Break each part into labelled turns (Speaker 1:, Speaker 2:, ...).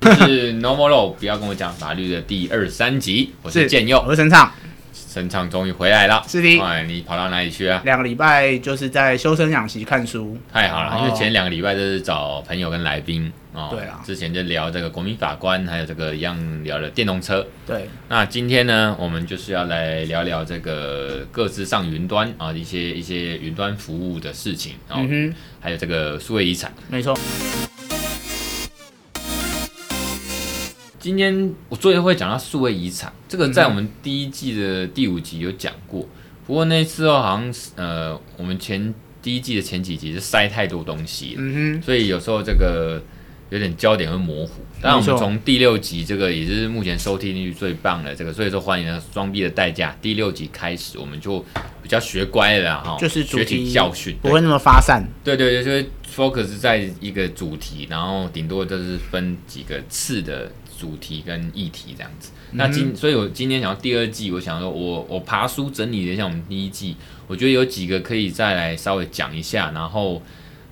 Speaker 1: 就是 Normal Law 不要跟我讲法律的第二三集，我是建佑，
Speaker 2: 我是陈畅，
Speaker 1: 神唱终于回来了，
Speaker 2: 是的
Speaker 1: 哎，你跑到哪里去啊？
Speaker 2: 两个礼拜就是在修身养习看书，
Speaker 1: 太好了，因为
Speaker 2: 哦
Speaker 1: 前两个礼拜都是找朋友跟来宾哦，
Speaker 2: 对啊
Speaker 1: 之前就聊这个国民法官，还有这个一样聊了电动车。
Speaker 2: 对，
Speaker 1: 那今天呢，我们就是要来聊聊这个各自上云端啊、一些一些云端服务的事情哦，
Speaker 2: 嗯
Speaker 1: 还有这个数位遗产。
Speaker 2: 哼，没错，
Speaker 1: 今天我最后会讲到数位遗产，这个在
Speaker 2: 嗯哼
Speaker 1: 我们第一季的第五集有讲过，不过那次哦，好像是呃，我们前第一季的前几集是塞太多东西了，
Speaker 2: 嗯
Speaker 1: 所以有时候这个有点焦点会模糊。当然，我们
Speaker 2: 没错
Speaker 1: 从第六集这个也是目前收听率最棒的这个，所以说欢迎呢装逼的代价。第六集开始，我们就比较学乖了啦哈，
Speaker 2: 哼，就是主
Speaker 1: 学
Speaker 2: 题
Speaker 1: 习教训，
Speaker 2: 不会那么发散，
Speaker 1: 对对对，就是 focus 在一个主题，然后顶多就是分几个次的主题跟议题这样子。
Speaker 2: 嗯
Speaker 1: 那今、所以我今天想要第二季，我想说我我爬书整理了一下我们第一季，我觉得有几个可以再来稍微讲一下，然后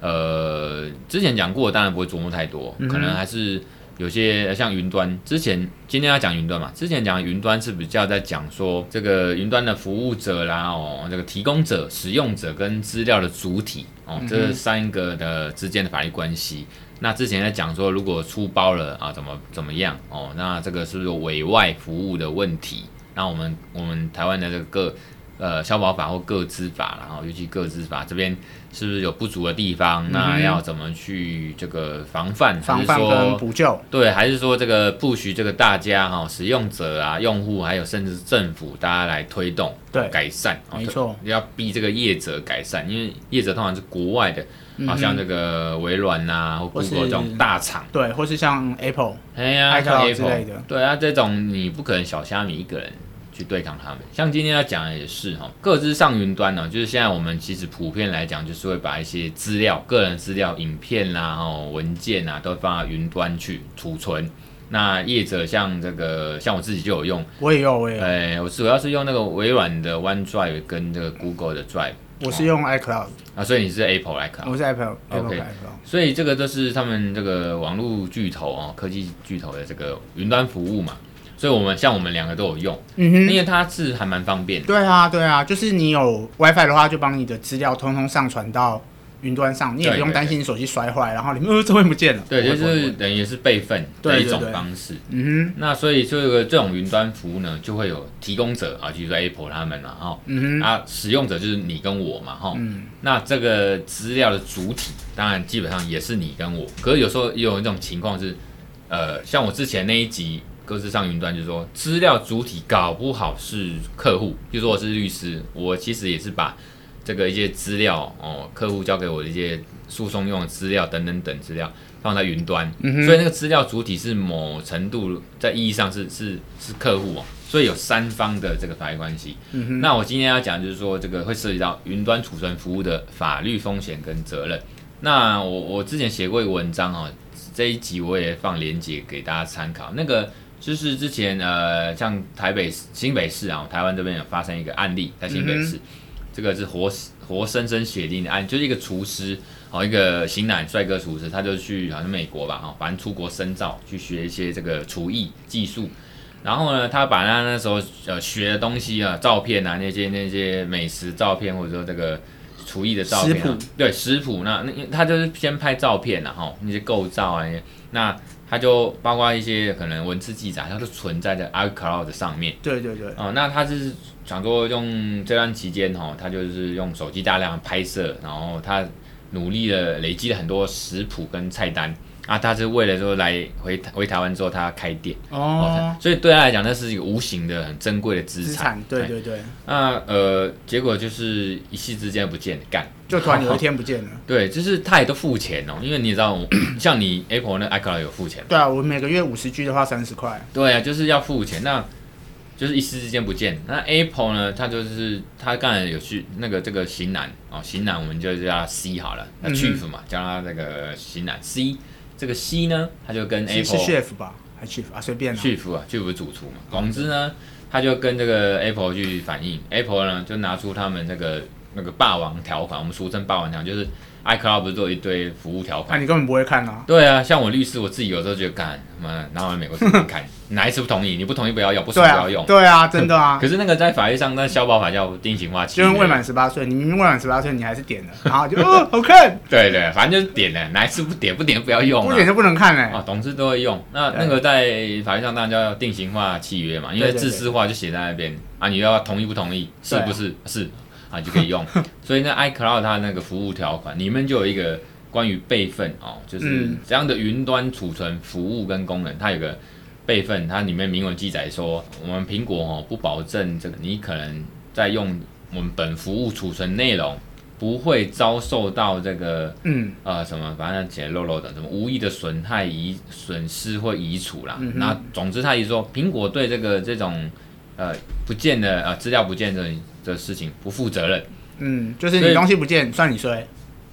Speaker 1: 呃之前讲过，当然不会琢磨太多，
Speaker 2: 嗯哼
Speaker 1: 可能还是。有些呃像云端，之前今天要讲云端嘛，之前讲云端是比较在讲说这个云端的服务者啦，哦，这个提供者、使用者跟资料的主体哦，
Speaker 2: 嗯
Speaker 1: 这三个的之间的法律关系。那之前在讲说，如果出包了啊，怎么怎么样哦，那这个是不是有委外服务的问题？那我们我们台湾的这个各呃消保法或各资法啦，然哦后尤其各资法这边是不是有不足的地方？那要怎么去这个防范？还
Speaker 2: 嗯防
Speaker 1: 是
Speaker 2: 范
Speaker 1: 说
Speaker 2: 跟补救，
Speaker 1: 对，还是说这个不许这个大家哈、使用者啊、用户还有甚至政府大家来推动
Speaker 2: 对
Speaker 1: 改善，哦
Speaker 2: 没错，
Speaker 1: 要逼这个业者改善，因为业者通常是国外的，
Speaker 2: 嗯
Speaker 1: 好
Speaker 2: 哼
Speaker 1: 像这个微软呐、或
Speaker 2: 或是
Speaker 1: Google 这种大厂，
Speaker 2: 对，或是像 Apple，
Speaker 1: 哎呀，像
Speaker 2: iCloud 之
Speaker 1: Apple
Speaker 2: 类的
Speaker 1: 对啊，这种你不可能小虾米一个人去对抗他们。像今天要讲的也是哈、各自上云端呢、就是现在我们其实普遍来讲，就是会把一些资料、个人资料、影片啦、哦文件啊，都放到云端去储存。那业者像这个，像我自己就有用，
Speaker 2: 我也有，我也有，
Speaker 1: 哎、我主要是用那个微软的 OneDrive 跟这个 Google 的 Drive 哦
Speaker 2: 我是用 iCloud，
Speaker 1: 啊，所以你是 Apple 来看啊，
Speaker 2: 我是 Apple，Apple
Speaker 1: OK
Speaker 2: iCloud，
Speaker 1: 所以这个就是他们这个网络巨头哦，科技巨头的这个云端服务嘛。所以我们像我们两个都有用，
Speaker 2: 嗯
Speaker 1: 因
Speaker 2: 哼。
Speaker 1: 为它是还蛮方便的。
Speaker 2: 对啊，对啊，就是你有 WiFi 的话，就帮你的资料通通上传到云端上，你也
Speaker 1: 对
Speaker 2: 不用
Speaker 1: 对
Speaker 2: 担心你手机摔坏，然后你呃，这会不见了。
Speaker 1: 对，就
Speaker 2: 不会
Speaker 1: 是等于是备份的
Speaker 2: 对
Speaker 1: 一种
Speaker 2: 对对
Speaker 1: 方式。
Speaker 2: 嗯哼，
Speaker 1: 那所以这个这种云端服务呢，就会有提供者啊，比如说 Apple 他们啊，哈、
Speaker 2: 嗯哼，
Speaker 1: 啊，使用者就是你跟我嘛，哈、
Speaker 2: 嗯
Speaker 1: 那这个资料的主体，当然基本上也是你跟我。可是有时候也有一种情况是，呃，像我之前那一集各自上云端，就是说资料主体搞不好是客户，比如说我是律师，我其实也是把这个一些资料哦，客户交给我的一些诉讼用的资料等等等资料放在云端，
Speaker 2: 嗯哼
Speaker 1: 所以那个资料主体是某程度在意义上是是是客户哦，所以有三方的这个法律关系。
Speaker 2: 嗯哼，
Speaker 1: 那我今天要讲就是说，这个会涉及到云端储存服务的法律风险跟责任。那我我之前写过一个文章哦，这一集我也放链接给大家参考。那个就是之前呃，像台北市新北市啊，台湾这边有发生一个案例，在新北
Speaker 2: 嗯
Speaker 1: 市，这个是活活生生血淋的案，就是一个厨师哦，一个型男帅哥厨师，他就去好像美国吧，哦，反正出国深造去学一些这个厨艺技术。然后呢，他把他那时候呃学的东西啊，照片啊，那些那些美食照片，或者说这个厨艺的照片、啊，
Speaker 2: 食谱
Speaker 1: 对食谱，那那他就是先拍照片然、啊、后那些构造啊，那些那他就包括一些可能文字记载，他都存在在 iCloud 上面。
Speaker 2: 对对对，
Speaker 1: 哦，那他是想说用这段期间哈、哦，他就是用手机大量拍摄，然后他努力的累积了很多食谱跟菜单啊，他是为了说来回回台湾之后他开店。
Speaker 2: 哦，
Speaker 1: 所以对他来讲，那是一个无形的、很珍贵的资
Speaker 2: 资
Speaker 1: 产
Speaker 2: 产，。对对对，
Speaker 1: 那呃，结果就是一夕之间不见了，干。
Speaker 2: 就突然有一天不见了。
Speaker 1: 对，就是他也都付钱哦，因为你也知道我，像你 Apple 那 iCloud 有付钱嘛。
Speaker 2: 对啊，我每个月五十 G 的话三十块，
Speaker 1: 对啊，就是要付钱，那就是一时之间不见。那 Apple 呢，它就是它刚才有去那个这个型男哦，型男我们就叫他 C 好了，那
Speaker 2: 嗯哼
Speaker 1: Chief 嘛，叫他那个型男 C。这个 C 呢，他就跟
Speaker 2: 是是
Speaker 1: Apple
Speaker 2: chef 吧，还 chef 啊，随便啦。
Speaker 1: 巨幅啊，巨幅主厨嘛。总之呢，他就跟这个 Apple 去反映，Apple 呢就拿出他们那个那个霸王条款，我们俗称霸王条款，就是 iCloud 不是做一堆服务条
Speaker 2: 那、
Speaker 1: 款？
Speaker 2: 你根本不会看啊。
Speaker 1: 对啊，像我律师，我自己有时候觉得，干妈哪有美国司法看？哪一次不同意？你不同意不要用，不
Speaker 2: 对
Speaker 1: 爽不
Speaker 2: 啊
Speaker 1: 要，用。
Speaker 2: 对啊，真的啊。
Speaker 1: 可是那个在法律上，那消保法叫定型化
Speaker 2: 就跟未满十八岁，你明明未满十八岁，你还是点了，然后就哦，好看，
Speaker 1: 对对，反正就是点了，哪一次不点不点不要 用
Speaker 2: 不
Speaker 1: 啊
Speaker 2: 点。就不能看嘞、欸
Speaker 1: 啊，董事都会用。那
Speaker 2: 对
Speaker 1: 那个在法律上当然叫定型化契约嘛，因为
Speaker 2: 对对对
Speaker 1: 自私化就写在那边啊，你要同意不同意，是
Speaker 2: 对啊
Speaker 1: 不是是啊，你就可以 用。所以那 iCloud 它那个服务条款里面就有一个关于备份哦，就是
Speaker 2: 嗯
Speaker 1: 这样的云端储存服务跟功能，它有个备份，它里面明文记载说，我们苹果哦不保证这个你可能在用我们本服务储存内容不会遭受到这个。
Speaker 2: 嗯，
Speaker 1: 呃，什么反正写漏漏的，什么无意的损害、遗损失或移除啦
Speaker 2: 嗯。哼
Speaker 1: 那、总之，他也说苹果对这个这种呃不见的呃资料不见的的事情不负责任。
Speaker 2: 嗯，就是
Speaker 1: 所
Speaker 2: 你
Speaker 1: 以
Speaker 2: 东西不见算你衰，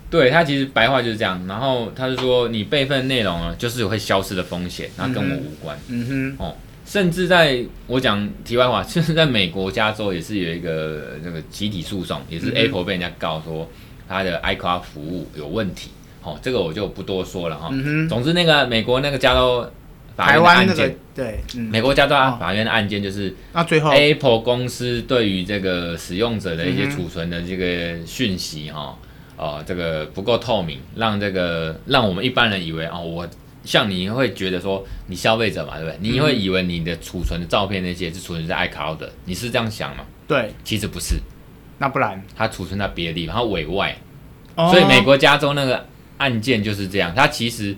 Speaker 1: 对他其实白话就是这样，然后他就说你备份内容呢，就是有会消失的风险，那跟我
Speaker 2: 嗯
Speaker 1: 无关。
Speaker 2: 嗯
Speaker 1: 甚至在我讲题外话，就是在美国加州也是有一个那个集体诉讼，也是
Speaker 2: 嗯哼
Speaker 1: Apple 被人家告说它的 iCloud 服务有问题。好、这个我就不多说了哈。
Speaker 2: 哼，嗯哼，
Speaker 1: 总之，那个美国那个加州法
Speaker 2: 台
Speaker 1: 院的
Speaker 2: 湾
Speaker 1: 案
Speaker 2: 那
Speaker 1: 件，
Speaker 2: 个对，嗯，
Speaker 1: 美国加州
Speaker 2: 哦
Speaker 1: 法院的案件就是
Speaker 2: 那最后
Speaker 1: Apple 公司对于这个使用者的一些
Speaker 2: 嗯哼
Speaker 1: 储存的这个讯息哈、哦，这个不够透明，让这个让我们一般人以为哦，我像你会觉得说你消费者嘛，对不对？
Speaker 2: 嗯
Speaker 1: 你会以为你的储存的照片那些是储存在 iCloud 的，你是这样想吗？
Speaker 2: 对，
Speaker 1: 其实不是，
Speaker 2: 那不然，
Speaker 1: 它储存在别的地方，它委外。
Speaker 2: 哦、
Speaker 1: 所以美国加州那个案件就是这样，它其实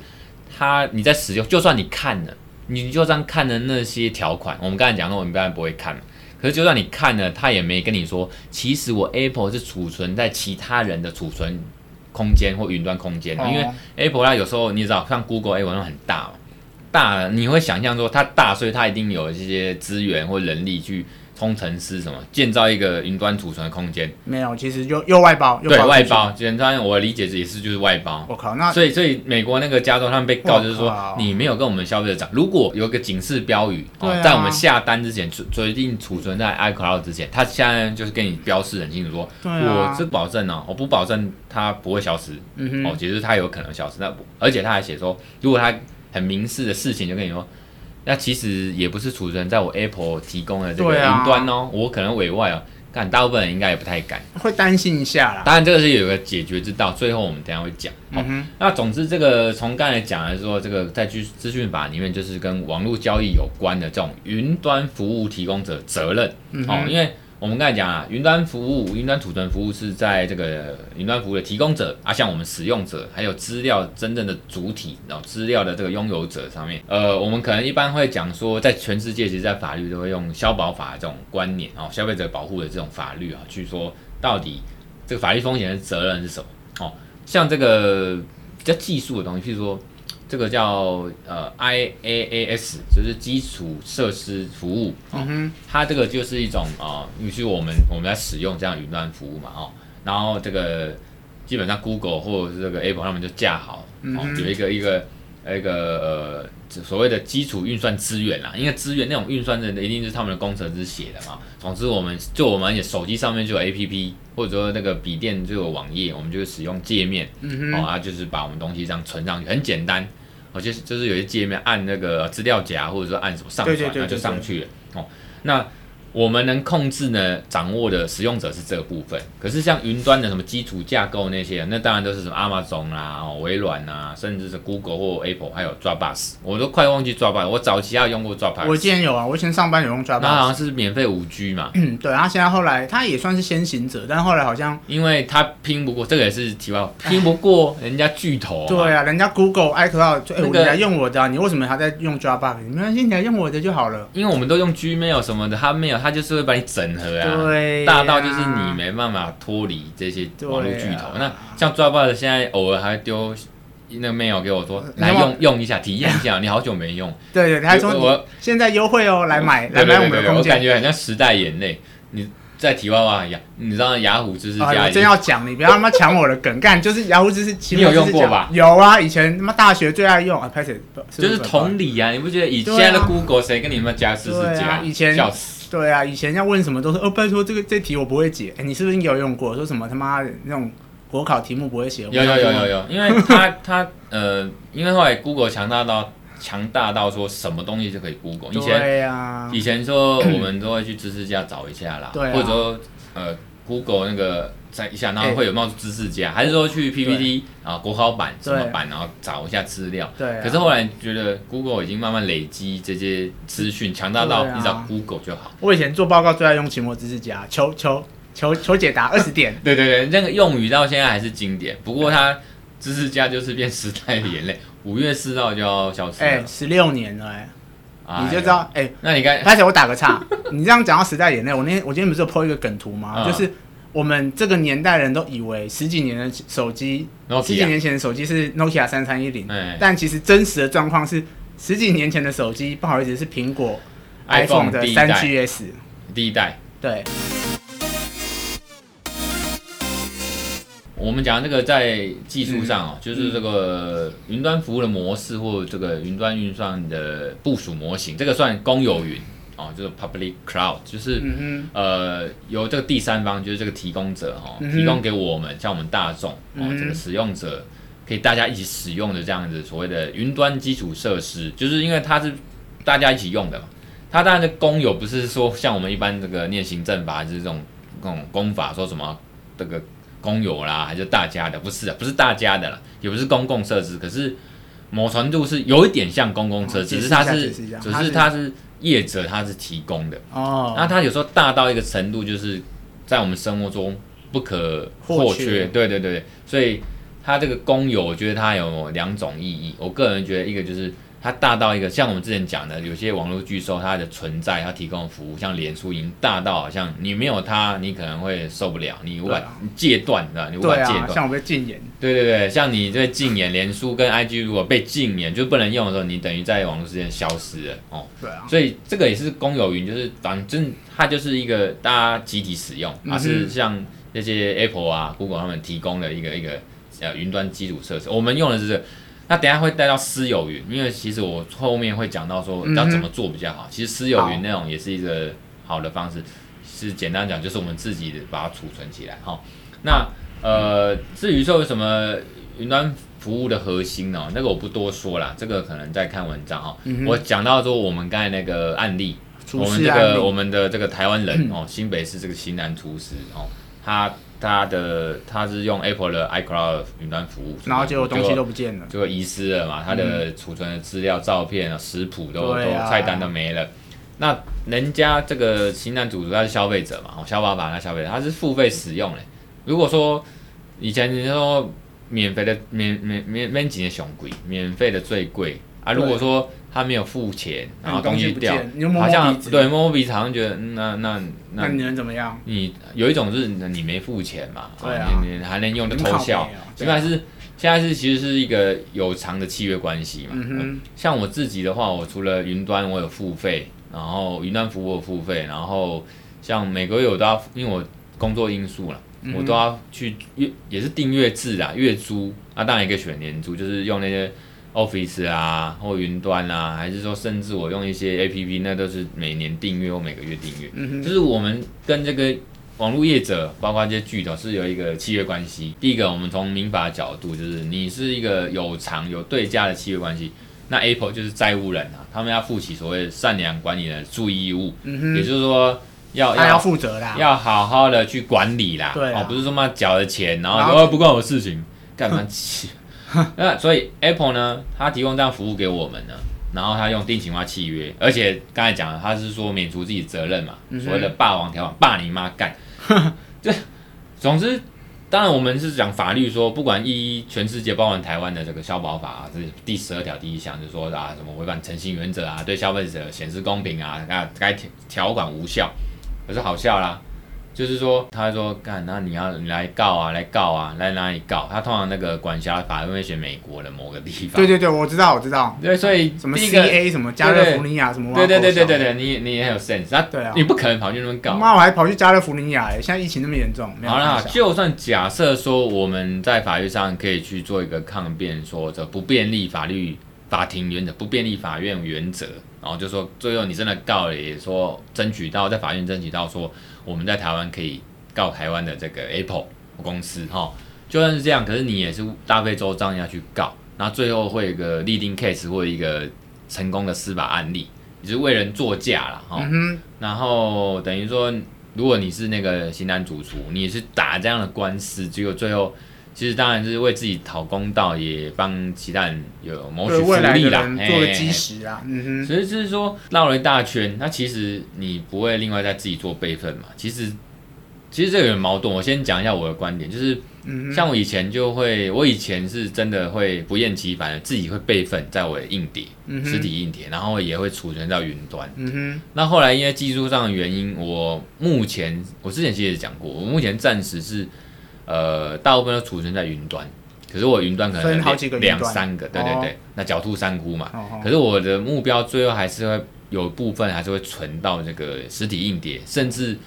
Speaker 1: 它你在使用，就算你看了，你就算看了那些条款，我们刚才讲过，我们当然不会看嘛。可是就算你看了，他也没跟你说，其实我 Apple 是储存在其他人的储存空间或云端空间，
Speaker 2: 哦
Speaker 1: 因为 Apple 它有时候你也知道，像 Google、Apple 那种很大嘛，大你会想象说它大，所以它一定有一些资源或人力去工程师什么建造一个云端储存的空间，
Speaker 2: 没有，其实又又外包，又
Speaker 1: 对
Speaker 2: 包
Speaker 1: 外
Speaker 2: 出去，
Speaker 1: 包，简单我理解也是就是外包，
Speaker 2: 我靠，那
Speaker 1: 所以，所以美国那个加州他们被告就是
Speaker 2: 我
Speaker 1: 说
Speaker 2: 靠，
Speaker 1: 你没有跟我们消费者讲，如果有一个警示标语哦，
Speaker 2: 对啊
Speaker 1: 在我们下单之前，决决定储存在 iCloud 之前，他现在就是跟你标示很清楚说，
Speaker 2: 对
Speaker 1: 我
Speaker 2: 啊
Speaker 1: 这，保证哦，我不保证它不会消失
Speaker 2: 嗯
Speaker 1: 哦
Speaker 2: 哼，，
Speaker 1: 其实它有可能消失，那不而且他还写说，如果他很明示的事情，就跟你说。那其实也不是储存在我 Apple 提供的这个
Speaker 2: 对啊
Speaker 1: 云端哦，我可能委外哦，干大部分人应该也不太敢。
Speaker 2: 会担心一下啦，
Speaker 1: 当然，这个是有一个解决之道，最后我们等一下会讲。哦
Speaker 2: 嗯哼，
Speaker 1: 那总之，这个从刚才讲来说，这个在资资讯法里面就是跟网络交易有关的这种云端服务提供者责任、
Speaker 2: 嗯
Speaker 1: 哦，
Speaker 2: 哼，
Speaker 1: 因为我们刚才讲啊，云端服务、云端储存服务是在这个云端服务的提供者啊，像我们使用者，还有资料真正的主体，然后资料的这个拥有者上面，呃，我们可能一般会讲说，在全世界其实，在法律都会用消保法这种观念哦，消费者保护的这种法律啊，去说到底这个法律风险的责任是什么哦，像这个比较技术的东西，譬如说这个叫呃 IaaS，就是基础设施服务，
Speaker 2: 嗯哼，
Speaker 1: 它这个就是一种啊，允、许我们我们在使用这样云端服务嘛，哦，然后这个基本上 Google 或者是这个 Apple 他们就架好，
Speaker 2: 嗯
Speaker 1: 哦
Speaker 2: 哼，
Speaker 1: 有一个一个呃一个呃所谓的基础运算资源啦，因为资源那种运算的一定是他们的工程师写的嘛。总之，我们就我们也手机上面就有 APP，或者说那个笔电就有网页，我们就使用界面，
Speaker 2: 嗯
Speaker 1: 哦
Speaker 2: 哼，
Speaker 1: 啊，就是把我们东西这样存上去，很简单。哦，就是就是有些界面按那个资料夹，或者说按什么上
Speaker 2: 对
Speaker 1: 传，
Speaker 2: 对对
Speaker 1: 那就
Speaker 2: 对
Speaker 1: 上去了。哦，那我们能控制呢、掌握的使用者是这个部分。可是像云端的什么基础架构那些，那当然都是什么 Amazon 啦、哦、微软啊，甚至是 Google 或 Apple，还有 Dropbox，我都快忘记 Dropbox。我早期还有用过 Dropbox，
Speaker 2: 我之前有啊，我以前上班有用抓
Speaker 1: 那好
Speaker 2: 包，
Speaker 1: 像是免费五 G 嘛，
Speaker 2: 嗯，对，他现在后来他也算是先行者，但后来好像。
Speaker 1: 因为它拼不过，这个也是题外话，拼不过人家巨头、啊。
Speaker 2: 对啊，人家 Google、iCloud，就哎、
Speaker 1: 那
Speaker 2: 我
Speaker 1: 个
Speaker 2: 你来用我的、啊，你为什么还在用 Dropbox？没关系，你来用我的就好了。
Speaker 1: 因为我们都用 Gmail 什么的，它没有，它就是会把你整合啊，
Speaker 2: 对啊
Speaker 1: 大到就是你没办法脱离这些网络巨头。
Speaker 2: 对
Speaker 1: 那
Speaker 2: 啊
Speaker 1: 像 Dropbox 现在偶尔还丢那个 mail 给我说，
Speaker 2: 呃你
Speaker 1: 来
Speaker 2: 要不要
Speaker 1: 用用一下，体验一下，你 好久没用，
Speaker 2: 对对，他还说
Speaker 1: 我
Speaker 2: 你
Speaker 1: 我
Speaker 2: 现在优惠哦，来买
Speaker 1: 对
Speaker 2: 来
Speaker 1: 对
Speaker 2: 买
Speaker 1: 对
Speaker 2: 我们
Speaker 1: 对
Speaker 2: 的
Speaker 1: 对，我
Speaker 2: 空
Speaker 1: 感
Speaker 2: 间。
Speaker 1: 觉很像时代眼泪。你在题外话一样，你知道雅虎知识
Speaker 2: 啊，
Speaker 1: 家
Speaker 2: 我
Speaker 1: 已经
Speaker 2: 真要讲，你不要他妈抢我的梗，干就是雅虎知识奇
Speaker 1: 你
Speaker 2: 摩
Speaker 1: 有
Speaker 2: 知识讲，
Speaker 1: 用过吧
Speaker 2: 有啊，以前他妈大学最爱用啊，拍谁
Speaker 1: 就是同理啊，你不觉得以现在的
Speaker 2: 对啊
Speaker 1: Google 谁跟你们家知识
Speaker 2: 对
Speaker 1: 家
Speaker 2: 啊以前
Speaker 1: 笑死，
Speaker 2: 对啊，以前要问什么都是哦，拜托这个这题我不会解，哎，你是不是有用过？说什么他妈的那种国考题目不会写。
Speaker 1: 有有有有有，因为他他呃，因为后来 Google 强大到强大到说什么东西就可以 Google，以前
Speaker 2: 对啊呀，
Speaker 1: 以前说我们都会去知识家找一下啦，
Speaker 2: 对啊
Speaker 1: 或者说呃 Google 那个在一下，然后
Speaker 2: 哎
Speaker 1: 会有冒出知识家，还是说去 PPT 啊国考版什
Speaker 2: 对
Speaker 1: 么版，然后找一下资料。
Speaker 2: 对啊，
Speaker 1: 可是后来觉得 Google 已经慢慢累积这些资讯，强大到
Speaker 2: 对啊
Speaker 1: 你找 Google 就好。
Speaker 2: 我以前做报告最爱用期末知识夹，求求求求解答二 十点。
Speaker 1: 对对对，那个用语到现在还是经典，不过它知识家就是变时代的眼泪，五月四号就要消失
Speaker 2: 哎
Speaker 1: 了，，
Speaker 2: 十六年了哎，
Speaker 1: 啊哎
Speaker 2: 你就知道哎，
Speaker 1: 呦。那你看，
Speaker 2: 开始我打 个岔，你这样讲到时代眼泪，我那天我今天不是有 po 一个梗图
Speaker 1: 嗯
Speaker 2: 吗？就是我们这个年代人都以为十几年的手机，
Speaker 1: Nokia
Speaker 2: 十几年前的手机是 Nokia 三三一零
Speaker 1: 哎，
Speaker 2: 但其实真实的状况是十几年前的手机，不好意思，是苹果
Speaker 1: iPhone
Speaker 2: 的
Speaker 1: 第一
Speaker 2: 三
Speaker 1: 代
Speaker 2: GS。
Speaker 1: 第一代，
Speaker 2: 对，
Speaker 1: 我们讲这个在技术上哦，就是这个云端服务的模式或这个云端运算的部署模型，这个算公有云哦，就是 public cloud，就是、
Speaker 2: 嗯
Speaker 1: 呃由这个第三方，就是这个提供者哦，
Speaker 2: 嗯哼
Speaker 1: 提供给我们像我们大众哦
Speaker 2: 嗯，哼
Speaker 1: 这个使用者可以大家一起使用的这样子所谓的云端基础设施，就是因为它是大家一起用的嘛，它当然是公有，不是说像我们一般这个念行政法就是这种这种公法说什么这个公有啦，还是大家的，不是啊的，不是大家的啦，也不是公共设施，可是某程度是有一点像公共设
Speaker 2: 哦
Speaker 1: 施，只是
Speaker 2: 解释一下
Speaker 1: 它是
Speaker 2: 解释一下
Speaker 1: 只
Speaker 2: 它
Speaker 1: 是
Speaker 2: 是
Speaker 1: 它是业者它是提供的。
Speaker 2: 哼，哦，
Speaker 1: 那它有时候大到一个程度，就是在我们生活中不可或
Speaker 2: 或缺
Speaker 1: 对对对，所以它这个公有，我觉得它有两种意义。我个人觉得，一个就是它大到一个，像我们之前讲的，有些网络巨兽它的存在，它提供的服务，像脸书已经大到好像你没有它，你可能会受不了，你无法
Speaker 2: 对啊
Speaker 1: 你戒断，你知道你无法
Speaker 2: 对
Speaker 1: 戒
Speaker 2: 啊，
Speaker 1: 断。
Speaker 2: 像我被禁言，
Speaker 1: 对对对，像你这禁言，脸书跟 IG 如果被禁言，就不能用的时候，你等于在网络之间消失了哦。
Speaker 2: 对啊，
Speaker 1: 所以这个也是公有云，就是反正它就是一个大家集体使用，
Speaker 2: 嗯哼
Speaker 1: 它是像那些 Apple 啊、Google 他们提供的一个一个呃云端基础设施，我们用的是这个。那等一下会带到私有云，因为其实我后面会讲到说
Speaker 2: 嗯哼
Speaker 1: 要怎么做比较好。其实私有
Speaker 2: 好
Speaker 1: 云那种也是一个好的方式，是简单讲就是我们自己的把它储存起来哈。那呃，至于说有什么云端服务的核心哦，那个我不多说啦，这个可能再看文章哈、哦
Speaker 2: 嗯哼
Speaker 1: 我讲到说我们刚才那个案例，
Speaker 2: 厨
Speaker 1: 我们
Speaker 2: 师
Speaker 1: 这
Speaker 2: 案
Speaker 1: 个
Speaker 2: 例，嗯
Speaker 1: 我们的这个台湾人哦，新北市这个新南厨师哦，他他的他是用 Apple 的 iCloud 云端服务，
Speaker 2: 然后结果东西
Speaker 1: 结
Speaker 2: 都
Speaker 1: 果
Speaker 2: 不见了，嗯
Speaker 1: 结果遗失了嘛，他的储存的资料、照片啊、食谱都、
Speaker 2: 对
Speaker 1: 都
Speaker 2: 啊
Speaker 1: 菜单都没了。那人家这个新南主厨他是消费者嘛，哦，消爸爸他消费者，他是付费使用嘞。如果说以前你说免费的免免免免几年熊贵，免费的最贵啊。
Speaker 2: 对
Speaker 1: 如果说他没有付钱，然后
Speaker 2: 嗯东西
Speaker 1: 西
Speaker 2: 不
Speaker 1: 掉
Speaker 2: 见你就，摸摸
Speaker 1: 好像
Speaker 2: 鼻子
Speaker 1: 对摸摸鼻子，好像觉得嗯那那那
Speaker 2: 那你能怎么样？
Speaker 1: 你有一种是你没付钱嘛，哦
Speaker 2: 对啊
Speaker 1: 你你还能用就偷
Speaker 2: 很靠
Speaker 1: 笑
Speaker 2: 北啊，
Speaker 1: 现在是现在是其实是一个有偿的契约关系嘛。
Speaker 2: 嗯
Speaker 1: 像我自己的话，我除了云端我有付费，然后云端服务我有付费，然后像每个月我都要，因为我工作因素啦，
Speaker 2: 嗯哼
Speaker 1: 我都要去月也是订阅制啦，月租啊，当然也可以选年租，就是用那些 Office 啊或云端啊，还是说甚至我用一些 APP，那都是每年订阅或每个月订阅。
Speaker 2: 哼，嗯哼，
Speaker 1: 就是我们跟这个网络业者，包括这些巨头是有一个契约关系。第一个，我们从民法的角度，就是你是一个有偿有对价的契约关系。那 Apple 就是债务人啊，他们要负起所谓善良管理人的注意义务，
Speaker 2: 嗯
Speaker 1: 也
Speaker 2: 哼，
Speaker 1: 就是说要
Speaker 2: 他要
Speaker 1: 要
Speaker 2: 负责啊啦，
Speaker 1: 要好好的去管理啦。
Speaker 2: 对啊
Speaker 1: 哦，不是说嘛缴了钱，然后
Speaker 2: 然
Speaker 1: 说
Speaker 2: 后
Speaker 1: 哦不关我事 情，干嘛气？ 那所以 Apple 呢，它提供这样服务给我们呢，然后它用定型化契约，而且刚才讲了，它是说免除自己责任嘛，
Speaker 2: 嗯哼
Speaker 1: 所谓的霸王条款，霸你妈 干。这总之，当然我们是讲法律说，不管依全世界，包含台湾的这个消保法、啊，这是第十二条第一项，就是说啊什么违反诚信原则啊，对消费者显示公平啊，那该条条款无效。可是好笑啦，就是说，他说干，那你要你来告啊，来告啊，来哪里告？他通常那个管辖法院会选美国的某个地方。
Speaker 2: 对对对，我知道我知道，
Speaker 1: 对所以
Speaker 2: 什么
Speaker 1: 第一个，
Speaker 2: CA 什么加勒福尼亚什么，
Speaker 1: 对对对对对对，你你也很有 sense，那
Speaker 2: 对啊
Speaker 1: 你不可能跑去那边告。
Speaker 2: 妈，我还跑去加勒福尼亚、欸，现在疫情那么严重，没有
Speaker 1: 好啦
Speaker 2: 开玩，笑嗯
Speaker 1: 就算假设说我们在法律上可以去做一个抗辩，说这不便利法律法庭原则，不便利法院原则，然后就说最后你真的告了，也说争取到在法院争取到说我们在台湾可以告台湾的这个 Apple 公司哈，就算是这样，可是你也是大费周章要去告，然后最后会有一个 leading case 或者一个成功的司法案例，也是为人作嫁啦。哈、
Speaker 2: 嗯
Speaker 1: 然后等于说，如果你是那个刑男主厨，你是打这样的官司，结果最后其实当然是为自己讨公道，也帮其他人有
Speaker 2: 哼，
Speaker 1: 谋取
Speaker 2: 对
Speaker 1: 福
Speaker 2: 未来的
Speaker 1: 利啦
Speaker 2: 人，做
Speaker 1: 哎
Speaker 2: 个基石啦，嗯哼，
Speaker 1: 所以就是说绕了一大圈，那其实你不会另外再自己做备份嘛？其实其实这个有点矛盾。我先讲一下我的观点，就是
Speaker 2: 嗯哼，
Speaker 1: 像我以前就会，我以前是真的会不厌其烦的自己会备份在我的硬碟、
Speaker 2: 嗯哼
Speaker 1: 实体硬碟，然后也会储存到云端。
Speaker 2: 嗯
Speaker 1: 那后来因为技术上的原因，我目前我之前其实也讲过，我目前暂时是呃大部分都储存在云端，可是我云端可能
Speaker 2: 分
Speaker 1: 两
Speaker 2: 好几个云端
Speaker 1: 两三个，对对对，那狡兔三窟嘛。
Speaker 2: 哼，哦
Speaker 1: 可是我的目标最后还是会有部分还是会存到这个实体硬碟，甚至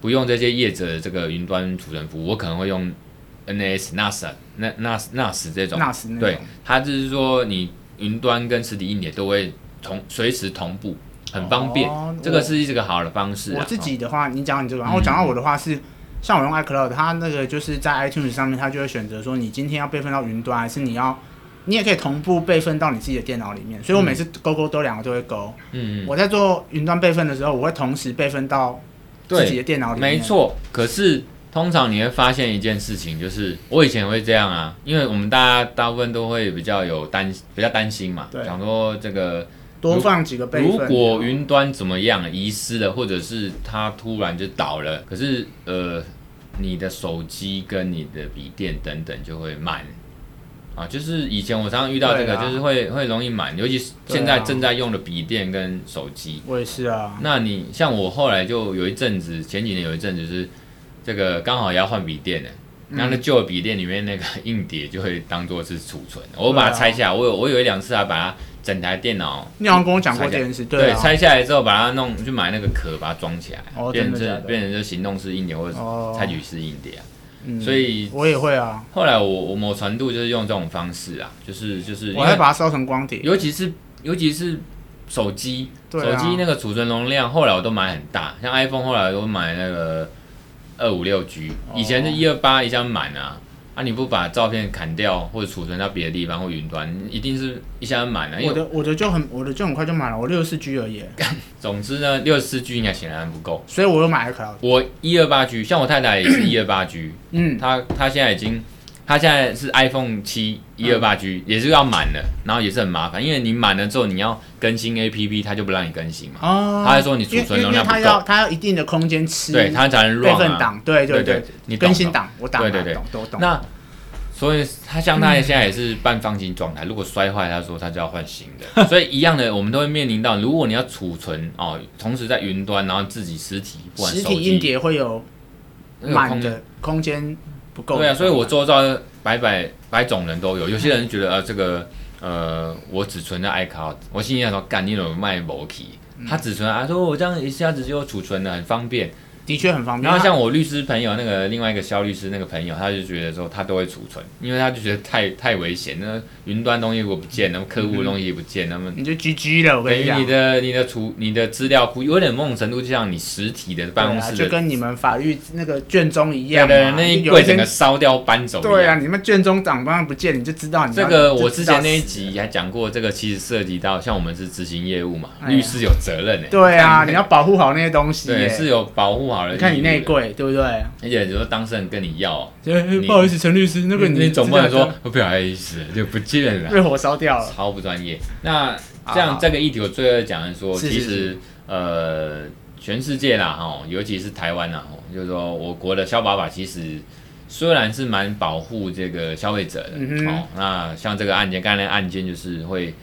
Speaker 1: 不用这些业者的这个云端储存服务，我可能会用 NAS、NAS、那 NAS、NAS 这
Speaker 2: 哦，
Speaker 1: 种。
Speaker 2: 那是那
Speaker 1: 对
Speaker 2: 种，，
Speaker 1: 它就是说你云端跟实体硬碟都会同随时同步，很方便。
Speaker 2: 哦
Speaker 1: 这个是一个好的方式、啊。嗯
Speaker 2: 我自
Speaker 1: 哦
Speaker 2: 己的话，你讲你这个，然后我讲到我的话是，像我用 iCloud，它那个就是在 iTunes 上面，它就会选择说你今天要备份到云端，还是你要，你也可以同步备份到你自己的电脑里面。所以我每次勾勾都两个都会勾。
Speaker 1: 嗯，嗯
Speaker 2: 我在做云端备份的时候，我会同时备份到自己
Speaker 1: 对，
Speaker 2: 的电脑里面。
Speaker 1: 没，错。可是通常你会发现一件事情，就是我以前会这样啊，因为我们大家大部分都会比较有担比较担心嘛
Speaker 2: 对，
Speaker 1: 想说这个
Speaker 2: 多放几个备
Speaker 1: 如
Speaker 2: 份。
Speaker 1: 果云端怎么样遗失了，或者是它突然就倒了，可是呃，你的手机跟你的笔电等等就会满啊。就是以前我常常遇到这
Speaker 2: 对
Speaker 1: 个，
Speaker 2: 啊
Speaker 1: 就是会会容易满，尤其是
Speaker 2: 对啊
Speaker 1: 现在正在用的笔电跟手机。
Speaker 2: 我也是啊，
Speaker 1: 那你像我后来就有一阵子，前几年有一阵子是这个刚好也要换笔电了。
Speaker 2: 嗯
Speaker 1: 那那旧的笔电里面那个硬碟就会当做是储存，我把它
Speaker 2: 对啊
Speaker 1: 拆下来，我有我有一两次还把它整台电脑
Speaker 2: 你好像跟我讲过这件事，对啊，
Speaker 1: 拆下来之后把它弄去买那个壳，把它装起来，
Speaker 2: 哦
Speaker 1: 变
Speaker 2: 真的
Speaker 1: 成
Speaker 2: 假
Speaker 1: 这
Speaker 2: 的
Speaker 1: 变成这行动式硬碟或者
Speaker 2: 哦
Speaker 1: 采取式硬碟啊。
Speaker 2: 嗯
Speaker 1: 所以
Speaker 2: 我也会啊，
Speaker 1: 后来我我某程度就是用这种方式啊，就是就是因
Speaker 2: 我还
Speaker 1: 为
Speaker 2: 把它烧成光碟。
Speaker 1: 尤其是尤其是手机，
Speaker 2: 对
Speaker 1: 手
Speaker 2: 啊
Speaker 1: 机那个储存容量后来我都买很大，像 iPhone 后来我都买那个二五六 G，
Speaker 2: 哦
Speaker 1: 以前是一二八一下满啊。啊！你不把照片砍掉或者储存到别的地方或云端，一定是一下满啊了、因
Speaker 2: 我
Speaker 1: 为
Speaker 2: 的我的就很我的就很快就满了，我六十四 G 而已，
Speaker 1: 总之呢，六十四 G 应该显然不够。
Speaker 2: 所以我又买 iCloud。
Speaker 1: 我一二八 G，像我太太也是一二八 G，
Speaker 2: 嗯，
Speaker 1: 她她现在已经，她现在是 iPhone 七一二八
Speaker 2: 嗯
Speaker 1: G，也是要满了，然后也是很麻烦，因为你满了之后你要更新 APP，它就不让你更新嘛，
Speaker 2: 哦，
Speaker 1: 他还说你储存容量不
Speaker 2: 因为因为因为它
Speaker 1: 够
Speaker 2: 要它要一定的空间吃
Speaker 1: 对，它才能
Speaker 2: 备
Speaker 1: run
Speaker 2: 份
Speaker 1: 啊。
Speaker 2: 档，对
Speaker 1: 对
Speaker 2: 对，
Speaker 1: 你懂
Speaker 2: 更新
Speaker 1: 吗
Speaker 2: 档我打嘛
Speaker 1: 对对对
Speaker 2: 懂都懂。
Speaker 1: 那所以她像她现在也是半放心状态，如果摔坏，她说她就要换新 的。所以一样的，我们都会面临到，如果你要储存哦，同时在云端，然后自己实体，不管
Speaker 2: 实
Speaker 1: 手
Speaker 2: 体硬
Speaker 1: 机
Speaker 2: 碟会有
Speaker 1: 那个
Speaker 2: 满
Speaker 1: 空间
Speaker 2: 的空间不够的，
Speaker 1: 对啊，所以我周遭的百百百种人都有，有些人觉得呃这个呃我只存在 iCloud，我心里想说干你怎么卖 m o k
Speaker 2: 嗯
Speaker 1: 他只存啊，说我这样一下子就储存了，很方便。
Speaker 2: 的确很方便。
Speaker 1: 然后像我律师朋友那个另外一个肖律师那个朋友，他就觉得说他都会储存，因为他就觉得太太危险，那云端东西如果不见，那么客户的东西也不见，那么
Speaker 2: 它你就 GG 嗯了，我
Speaker 1: 等
Speaker 2: 跟你
Speaker 1: 于你
Speaker 2: 讲，
Speaker 1: 的你的储你的资料库有点某种程度就像你实体的办公
Speaker 2: 对啊
Speaker 1: 室
Speaker 2: 就
Speaker 1: 的
Speaker 2: 跟你们法律那个卷宗一
Speaker 1: 对
Speaker 2: 样
Speaker 1: 对啊
Speaker 2: 嘛，
Speaker 1: 那一
Speaker 2: 有
Speaker 1: 柜
Speaker 2: 一
Speaker 1: 整个
Speaker 2: 天
Speaker 1: 烧掉搬走一样。
Speaker 2: 对啊，你们卷宗档方不见，你就知道你
Speaker 1: 这
Speaker 2: 要
Speaker 1: 个
Speaker 2: 就
Speaker 1: 我之
Speaker 2: 知道
Speaker 1: 前那一
Speaker 2: 死
Speaker 1: 集还讲过，这个其实涉及到像我们是执行业务嘛，
Speaker 2: 哎呀
Speaker 1: 律师有责任呢、 欸
Speaker 2: 对啊，你要保护好那些东西耶。
Speaker 1: 对是有保护好了。
Speaker 2: 你看你内，柜对不对？
Speaker 1: 而且你说当事人跟你要，
Speaker 2: 哎
Speaker 1: 你
Speaker 2: 不好意思，陈律师，那个
Speaker 1: 你总不能
Speaker 2: 资料
Speaker 1: 说哦不好意思就不见 了，
Speaker 2: 被火烧掉了。
Speaker 1: 超不专业。那
Speaker 2: 啊
Speaker 1: 这样这个议题我最后讲的说，
Speaker 2: 是是
Speaker 1: 其
Speaker 2: 是
Speaker 1: 实呃全世界啦哈，尤其是台湾啦哈，就是说我国的消保法其实。虽然是蛮保护这个消费者的、
Speaker 2: 嗯哼
Speaker 1: 哦，那像这个案件，刚才那案件就是会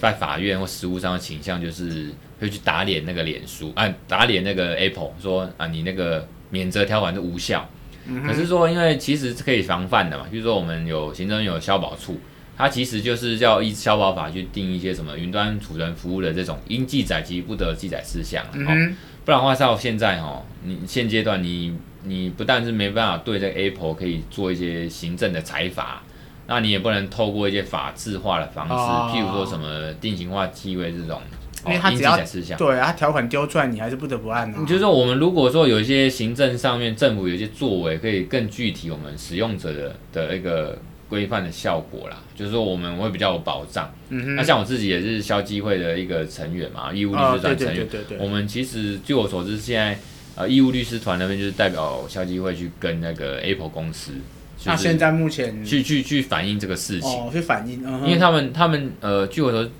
Speaker 1: 在法院或实务上的倾向就是会去打脸那个脸书啊，打脸那个 Apple，说啊你那个免责条款是无效。
Speaker 2: 嗯
Speaker 1: 可是说，因为其实是可以防范的嘛，比如说我们有行政有消保处，它其实就是要依消保法去定一些什么云端储存服务的这种应记载及不得记载事项啊、
Speaker 2: 嗯
Speaker 1: 哦，
Speaker 2: 哼，
Speaker 1: 不然的话到现在哦，你现阶段你你不但是没办法对这个 Apple 可以做一些行政的裁罚，那你也不能透过一些法制化的方式，
Speaker 2: 哦
Speaker 1: 譬如说什么定型化继位这种
Speaker 2: 因为它
Speaker 1: 哦
Speaker 2: 只要
Speaker 1: 应记载事项
Speaker 2: 对啊，它条款丢出来，你还是不得不按啊。
Speaker 1: 你嗯就是说我们如果说有一些行政上面政府有一些作为，可以更具体我们使用者的的一个规范的效果啦，就是说我们会比较有保障。
Speaker 2: 嗯
Speaker 1: 那
Speaker 2: 哼，
Speaker 1: 像我自己也啊是消基会的一个成员嘛，义务律
Speaker 2: 哦
Speaker 1: 师团
Speaker 2: 对对
Speaker 1: 成员。
Speaker 2: 对对
Speaker 1: 我
Speaker 2: 对
Speaker 1: 们其实据我所知，现在呃义务律师团那边就是代表消基会去跟那个 Apple 公司，就
Speaker 2: 那现
Speaker 1: 是
Speaker 2: 在目前
Speaker 1: 去去去反映这个事情。
Speaker 2: 哦去反映，嗯哼
Speaker 1: 因为他们他们呃，据我所知，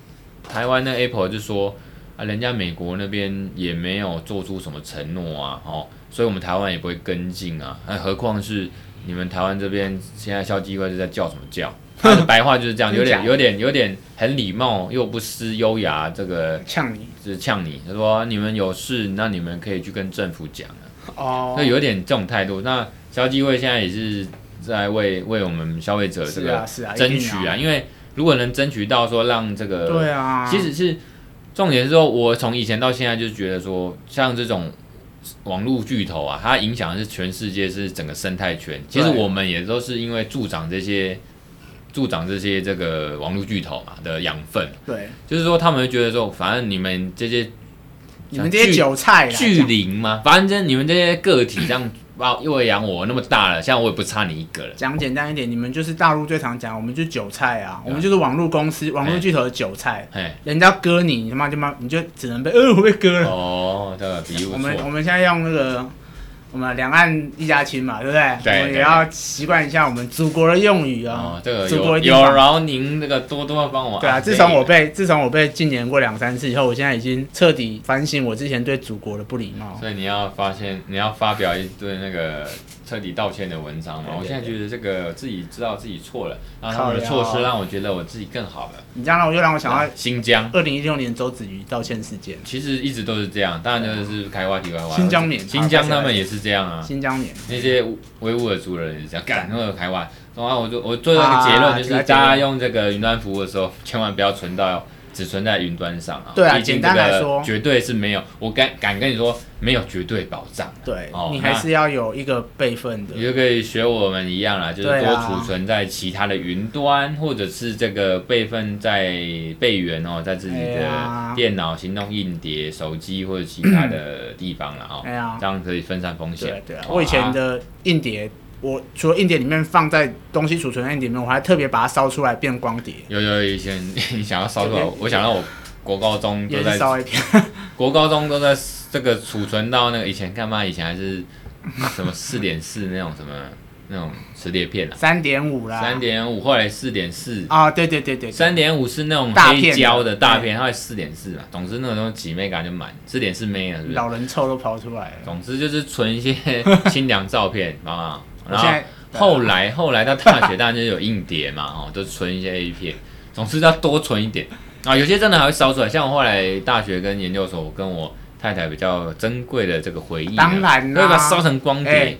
Speaker 1: 台湾那 Apple 就说啊，人家美国那边也没有做出什么承诺啊，哦，所以我们台湾也不会跟进啊，那何况是你们台湾这边现在校机会是在叫什么叫？他的白话就是这样，有点有点有点很礼貌又不失优雅，这个
Speaker 2: 呛你
Speaker 1: 就是呛你。他说啊你们有事，那你们可以去跟政府讲啊。
Speaker 2: 哦
Speaker 1: 那，有点这种态度。那消基会现在也是在为为我们消费者这
Speaker 2: 是
Speaker 1: 个
Speaker 2: 啊是啊，
Speaker 1: 争
Speaker 2: 一定
Speaker 1: 取
Speaker 2: 啊，
Speaker 1: 啊，因为如果能争取到说让这个，
Speaker 2: 对啊，
Speaker 1: 其实是重点是说，我从以前到现在就觉得说，像这种网络巨头啊，它影响的是全世界，是整个生态圈。其实
Speaker 2: 对
Speaker 1: 我们也都是因为助长这些助长这些这个网络巨头嘛的养分，
Speaker 2: 对
Speaker 1: 就是说他们会觉得说，反正你们这些
Speaker 2: 你们这
Speaker 1: 巨
Speaker 2: 些
Speaker 1: 啊
Speaker 2: 韭菜啦，
Speaker 1: 巨灵嘛，反正你们这些个体这样把我又养我那么大了，现在我也不差你一个了。
Speaker 2: 讲简单一点，你们就是大陆最常讲，我们就是韭菜啊，我们就是网络公司、网络巨头的韭菜，
Speaker 1: 哎，
Speaker 2: 人家割你，你他妈就妈你就只能被，呃，我被割了。
Speaker 1: 哦，这个比喻不
Speaker 2: 我们我
Speaker 1: 错，
Speaker 2: 们现在用那个我们两岸一家亲嘛，对不对？
Speaker 1: 对
Speaker 2: 我们也
Speaker 1: 对
Speaker 2: 要习惯一下我们祖国的用语啊。
Speaker 1: 哦，这个
Speaker 2: 祖国
Speaker 1: 有
Speaker 2: 一定
Speaker 1: 有
Speaker 2: 棒
Speaker 1: 劳您那个多多帮我。
Speaker 2: 对啊，
Speaker 1: update
Speaker 2: 自从我被自从我被禁言过两三次以后，我现在已经彻底反省我之前对祖国的不礼貌。
Speaker 1: 所以你要发现，你要发表一对那个彻底道歉的文章嘛。
Speaker 2: 对对
Speaker 1: 我现在觉得这个自己知道自己错了，然后他
Speaker 2: 靠
Speaker 1: 们的
Speaker 2: 腰
Speaker 1: 措施让我觉得我自己更好了。
Speaker 2: 你这样让我又让我想到
Speaker 1: 新疆
Speaker 2: 二零一六年周子瑜道歉事件，
Speaker 1: 其实一直都是这样，当然就是开挖题外话。
Speaker 2: 新疆棉
Speaker 1: 新疆他们也是这样啊，
Speaker 2: 新疆棉。
Speaker 1: 那些维吾尔族人也是这样，赶那个开挖。然后我就我做了一个结论，
Speaker 2: 啊
Speaker 1: 就是
Speaker 2: 这个
Speaker 1: 大
Speaker 2: 结论
Speaker 1: 家用这个云端服务的时候，千万不要存到只存在云端上啊。
Speaker 2: 对啊
Speaker 1: 毕竟
Speaker 2: 简单
Speaker 1: 这个
Speaker 2: 来说
Speaker 1: 绝对是没有，我敢敢跟你说，没有绝对保障。
Speaker 2: 对、
Speaker 1: 哦
Speaker 2: 你还
Speaker 1: 那
Speaker 2: 是要有一个备份的
Speaker 1: 你，就可以学我们一样啦，就是
Speaker 2: 对
Speaker 1: 多
Speaker 2: 啊
Speaker 1: 储存在其他的云端，或者是这个备份在备源哦，在自己
Speaker 2: 哎
Speaker 1: 的
Speaker 2: 呀
Speaker 1: 电脑、行动硬碟、手机或者其他的地方啦哦，
Speaker 2: 哎呀
Speaker 1: 这样可以分散风
Speaker 2: 对啊
Speaker 1: 险。
Speaker 2: 对啊，
Speaker 1: 哦
Speaker 2: 我以前
Speaker 1: 啊
Speaker 2: 的硬碟，我除了硬碟里面放在东西储存在硬碟里面，我还特别把它烧出来变光碟，
Speaker 1: 有有以前 你想要烧出来
Speaker 2: 这边，
Speaker 1: 我想到我国高中都
Speaker 2: 也是
Speaker 1: 在
Speaker 2: 烧一 片。
Speaker 1: 国高中都在这个储存到那个以前干嘛？以前还是什 么四点四那种什么那种磁碟片啊，
Speaker 2: 三点五啦，
Speaker 1: 三点五后来四点四，
Speaker 2: 啊，对对对对，
Speaker 1: 三点五是那种
Speaker 2: 大片
Speaker 1: 黑
Speaker 2: 的
Speaker 1: 胶的大
Speaker 2: 对
Speaker 1: 片，它会四点四嘛。总之那个东西几 mega 就满，四点四 mega 是不是？
Speaker 2: 老人臭都跑出来了。
Speaker 1: 总之就是存一些 清凉照片啊。
Speaker 2: 我
Speaker 1: 然
Speaker 2: 现在
Speaker 1: 后后来后来到大学，当然就有硬碟嘛，哦，就存一些 A 片。总之要多存一点啊，有些真的还会烧出来。像我后来大学跟研究所，我跟我太太比较珍贵的这个回忆呢，啊
Speaker 2: 当然啦
Speaker 1: 会把它烧成光碟
Speaker 2: 哎。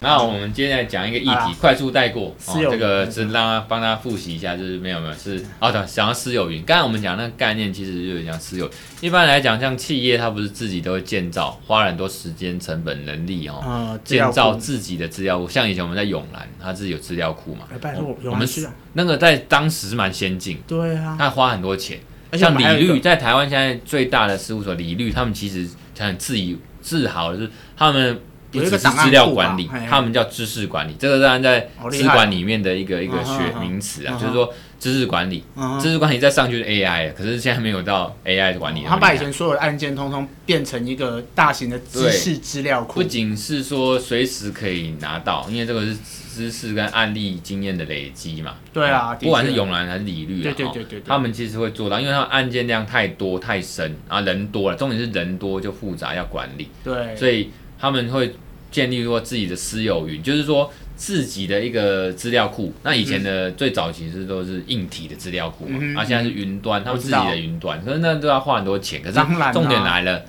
Speaker 1: 那我们接下来讲一个议
Speaker 2: 好
Speaker 1: 题
Speaker 2: 啦，
Speaker 1: 快速带过。哦
Speaker 2: 私、有
Speaker 1: 这个
Speaker 2: 云嗯
Speaker 1: 是让他帮大家复习一下，就是没有没有是哦，对，想要私有云。刚才我们讲那个概念，其实就有点像私有。一般来讲，像企业它不是自己都会建造，花了很多时间、成本、人力哦，
Speaker 2: 呃，资料
Speaker 1: 建造
Speaker 2: 库
Speaker 1: 自己的资料库。像以前我们在永兰，它是有资料库嘛
Speaker 2: 哎，拜托
Speaker 1: 我哦
Speaker 2: 永
Speaker 1: 我
Speaker 2: 兰
Speaker 1: 们
Speaker 2: 是啊
Speaker 1: 那个在当时是蛮先进，
Speaker 2: 对啊，
Speaker 1: 它花很多钱。
Speaker 2: 而且我
Speaker 1: 像
Speaker 2: 们
Speaker 1: 李
Speaker 2: 还有一个
Speaker 1: 律在台湾现在最大的事务所李律，他们其实很自以自豪的是他们。不
Speaker 2: 有一
Speaker 1: 只
Speaker 2: 个
Speaker 1: 是
Speaker 2: 档案
Speaker 1: 资料
Speaker 2: 库吧
Speaker 1: 管理
Speaker 2: 嘿，
Speaker 1: 他们叫知识管理，这个当然在
Speaker 2: 好厉
Speaker 1: 资
Speaker 2: 害哦
Speaker 1: 管里面的一个一个
Speaker 2: 嗯哼
Speaker 1: 学
Speaker 2: 嗯哼
Speaker 1: 名词
Speaker 2: 嗯
Speaker 1: 啊，
Speaker 2: 哼
Speaker 1: 就是说知识管理，
Speaker 2: 嗯
Speaker 1: 知识管理再上去是 AI，了可啊是现在没有到 AI 管理那么厉害。
Speaker 2: 他把以前所有的案件通通变成一个大型的知识资料
Speaker 1: 不，
Speaker 2: 库
Speaker 1: 仅是说随时可以拿到，因为这个是知识跟案例经验的累积嘛。
Speaker 2: 对啊
Speaker 1: 哦
Speaker 2: 的确
Speaker 1: 不管是永兰还是李律啊，
Speaker 2: 对对
Speaker 1: 哦
Speaker 2: 对对对
Speaker 1: 他们其实会做到，因为他们案件量太多太深啊，人多了，重点是人多就复杂要管理，
Speaker 2: 对，
Speaker 1: 所以他们会建立说自己的私有云，就是说。自己的一个资料库，那以前的最早其实都是硬体的资料库嘛，
Speaker 2: 嗯嗯哼
Speaker 1: 啊，现在是云端，他们
Speaker 2: 我
Speaker 1: 自
Speaker 2: 知
Speaker 1: 己
Speaker 2: 道
Speaker 1: 的云端，可是那都要花很多钱。可是
Speaker 2: 当然啊
Speaker 1: 重点来了，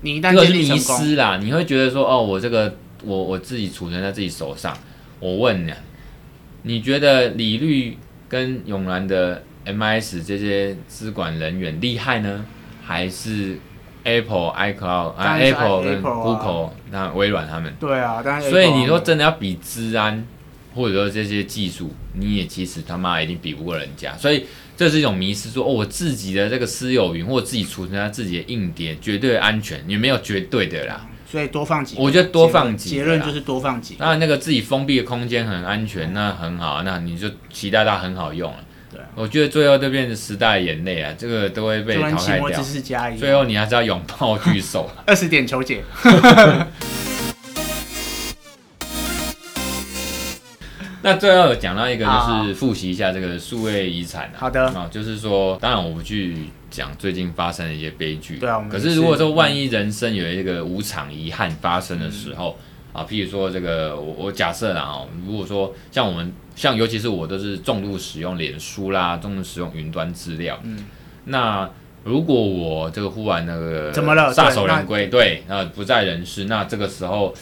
Speaker 2: 你一
Speaker 1: 这
Speaker 2: 旦
Speaker 1: 个
Speaker 2: 建
Speaker 1: 是
Speaker 2: 立
Speaker 1: 迷
Speaker 2: 成功，
Speaker 1: 失啦，你会觉得说，哦，我这个我我自己储存在自己手上。我问你，啊你觉得李律跟永兰的 MIS 这些资管人员厉害呢，还是 Apple、iCloud
Speaker 2: 当
Speaker 1: 啊
Speaker 2: 然是
Speaker 1: Apple 跟
Speaker 2: Apple 啊
Speaker 1: Google 那微软他们？
Speaker 2: 对啊，当然
Speaker 1: 所以你说
Speaker 2: 这
Speaker 1: 真的要比治安，或者说这些技术，你也其实他妈一定比不过人家，所以这是一种迷失说，哦，我自己的这个私有云或自己储存在自己的硬碟绝对安全，也没有绝对的啦。
Speaker 2: 啊所以多放几个，
Speaker 1: 我觉得多放几
Speaker 2: 结
Speaker 1: 个
Speaker 2: 论
Speaker 1: 啦
Speaker 2: 就是多放几个。
Speaker 1: 当然，那个自己封闭的空间很安全，那很好，那你就期待它很好用了。
Speaker 2: 嗯对啊
Speaker 1: 我觉得最后都变成时代眼泪啊，这个都会被
Speaker 2: 就跟
Speaker 1: 淘
Speaker 2: 期
Speaker 1: 汰
Speaker 2: 末知
Speaker 1: 掉。
Speaker 2: 识家一
Speaker 1: 最
Speaker 2: 样，
Speaker 1: 后你还是要拥抱巨兽。
Speaker 2: 二十点求解。
Speaker 1: 那最后有讲到一个
Speaker 2: 好
Speaker 1: 就是复习一下这个数位遗产啊。
Speaker 2: 好的
Speaker 1: 啊，就是说，当然我不去讲最近发生的一些悲剧。
Speaker 2: 对啊我们
Speaker 1: 可
Speaker 2: 也
Speaker 1: 是
Speaker 2: 是
Speaker 1: 如果说万一人生有一个无常遗憾发生的时候、
Speaker 2: 嗯
Speaker 1: 啊，譬如说这个我我假设啦哦，如果说像我们像尤其是我都是重度使用脸书啦，重度使用云端资料。
Speaker 2: 嗯。
Speaker 1: 那如果我这个忽然那个
Speaker 2: 怎么了
Speaker 1: 撒手
Speaker 2: 对
Speaker 1: 人归，对，那不在人世，那这个时候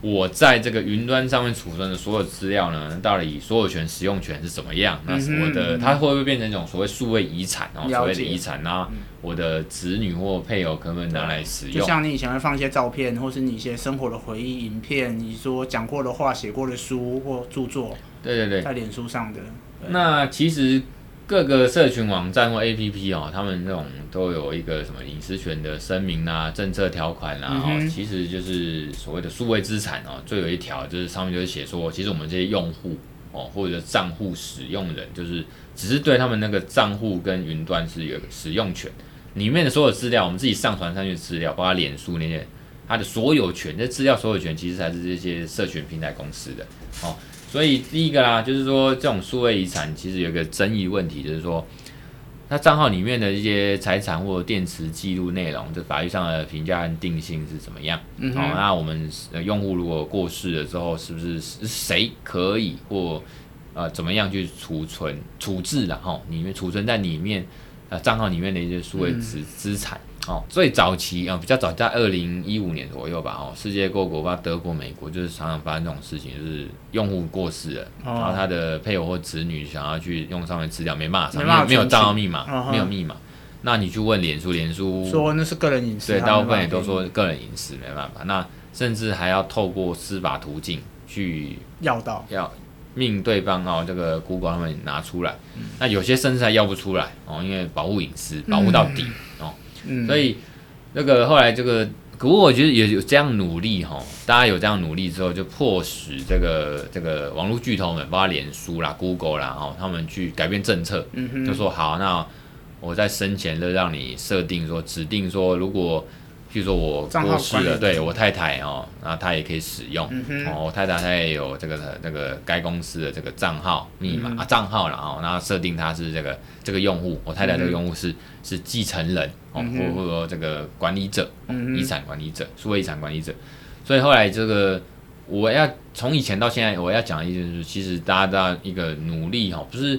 Speaker 1: 我在这个云端上面储存的所有资料呢，到底所有权、使用权是怎么样？那是我的、
Speaker 2: 嗯哼
Speaker 1: 它会不会变成一种所谓数位遗产哦？所
Speaker 2: 了
Speaker 1: 谓
Speaker 2: 解
Speaker 1: 的遗产啊，
Speaker 2: 嗯
Speaker 1: 我的子女或配偶可不可以拿来使
Speaker 2: 就
Speaker 1: 用？
Speaker 2: 像你以前会放一些照片，或是你一些生活的回忆影片，你说讲过的话、写过的书或著作，
Speaker 1: 对对对，
Speaker 2: 在脸书上的。对
Speaker 1: 那其实。各个社群网站或 APP 哦，他们这种都有一个什么隐私权的声明啊、政策条款啊，
Speaker 2: 嗯
Speaker 1: 哦、
Speaker 2: 哼
Speaker 1: 其实就是所谓的数位资产哦，最有一条就是上面就是写说，其实我们这些用户哦或者账户使用人，就是只是对他们那个账户跟云端是有一个使用权，里面的所有资料，我们自己上传上去的资料，包括脸书那些，它的所有权，这资料所有权其实还是这些社群平台公司的哦。所以第一个啦，就是说这种数位遗产其实有一个争议问题，就是说。那账号里面的一些财产或电池记录内容，这法律上的评价和定性是怎么样？
Speaker 2: 嗯
Speaker 1: 好、
Speaker 2: 哼，
Speaker 1: 那我们呃用户如果过世了之后，是不是是谁可以或呃怎么样去储存处置然后里面储存在里面呃账号里面的一些数
Speaker 2: 嗯
Speaker 1: 位资资产、哦。最早期啊、呃比较早在二零一五年左右吧哦，世界各国包括德国、美国，就是常常发生这种事情，就是用户过世了，
Speaker 2: 哦
Speaker 1: 然后他的配偶或子女想要去用上面资料，没办法上
Speaker 2: 没办法
Speaker 1: 面，没有
Speaker 2: 存
Speaker 1: 账号
Speaker 2: 取
Speaker 1: 密码，
Speaker 2: 嗯哼
Speaker 1: 没有密码。那你去问脸书，脸书
Speaker 2: 说那是个人隐私，
Speaker 1: 哦对，
Speaker 2: 他
Speaker 1: 大部
Speaker 2: 没办
Speaker 1: 分
Speaker 2: 法
Speaker 1: 也都
Speaker 2: 给
Speaker 1: 说
Speaker 2: 你
Speaker 1: 个人隐私没办法，那甚至还要透过司法途径去
Speaker 2: 要到，
Speaker 1: 要命对方哦，这个 Google 他们拿出来，
Speaker 2: 嗯
Speaker 1: 那有些甚至还要不出来哦，因为保护隐私，保护到底、哦，
Speaker 2: 嗯，
Speaker 1: 所以那个后来这个，不过我觉得也有这样努力哈、哦，大家有这样努力之后，就迫使这个这个网络巨头们，包括脸书啦、Google 啦哦，他们去改变政策，
Speaker 2: 嗯
Speaker 1: 就
Speaker 2: 哼，
Speaker 1: 说好，那我在生前就让你设定说，指定说，如果譬如说我
Speaker 2: 账号
Speaker 1: 过世
Speaker 2: 管理
Speaker 1: 了，
Speaker 2: 人
Speaker 1: 对我太太哦，那她也可以使用。
Speaker 2: 嗯哼，
Speaker 1: 哦，我太太她也有这个这个该公司的这个账号密码、
Speaker 2: 嗯
Speaker 1: 啊账号了哦，那设定她是这个这个用户，我太太这个用户是、是继承人哦，
Speaker 2: 嗯
Speaker 1: 或
Speaker 2: 哼
Speaker 1: 或者说这个管理者，
Speaker 2: 嗯
Speaker 1: 遗
Speaker 2: 哼，
Speaker 1: 产管理者，数位遗产管理者。所以后来这个我要从以前到现在，我要讲的意思就是，其实大家的一个努力哈，不是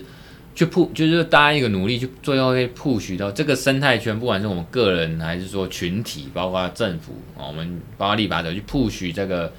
Speaker 1: 去 p 就是大家一个努力去最后会 push 到这个生态圈，不管是我们个人还是说群体，包括政府哦，我们包括立法者去 push 这个。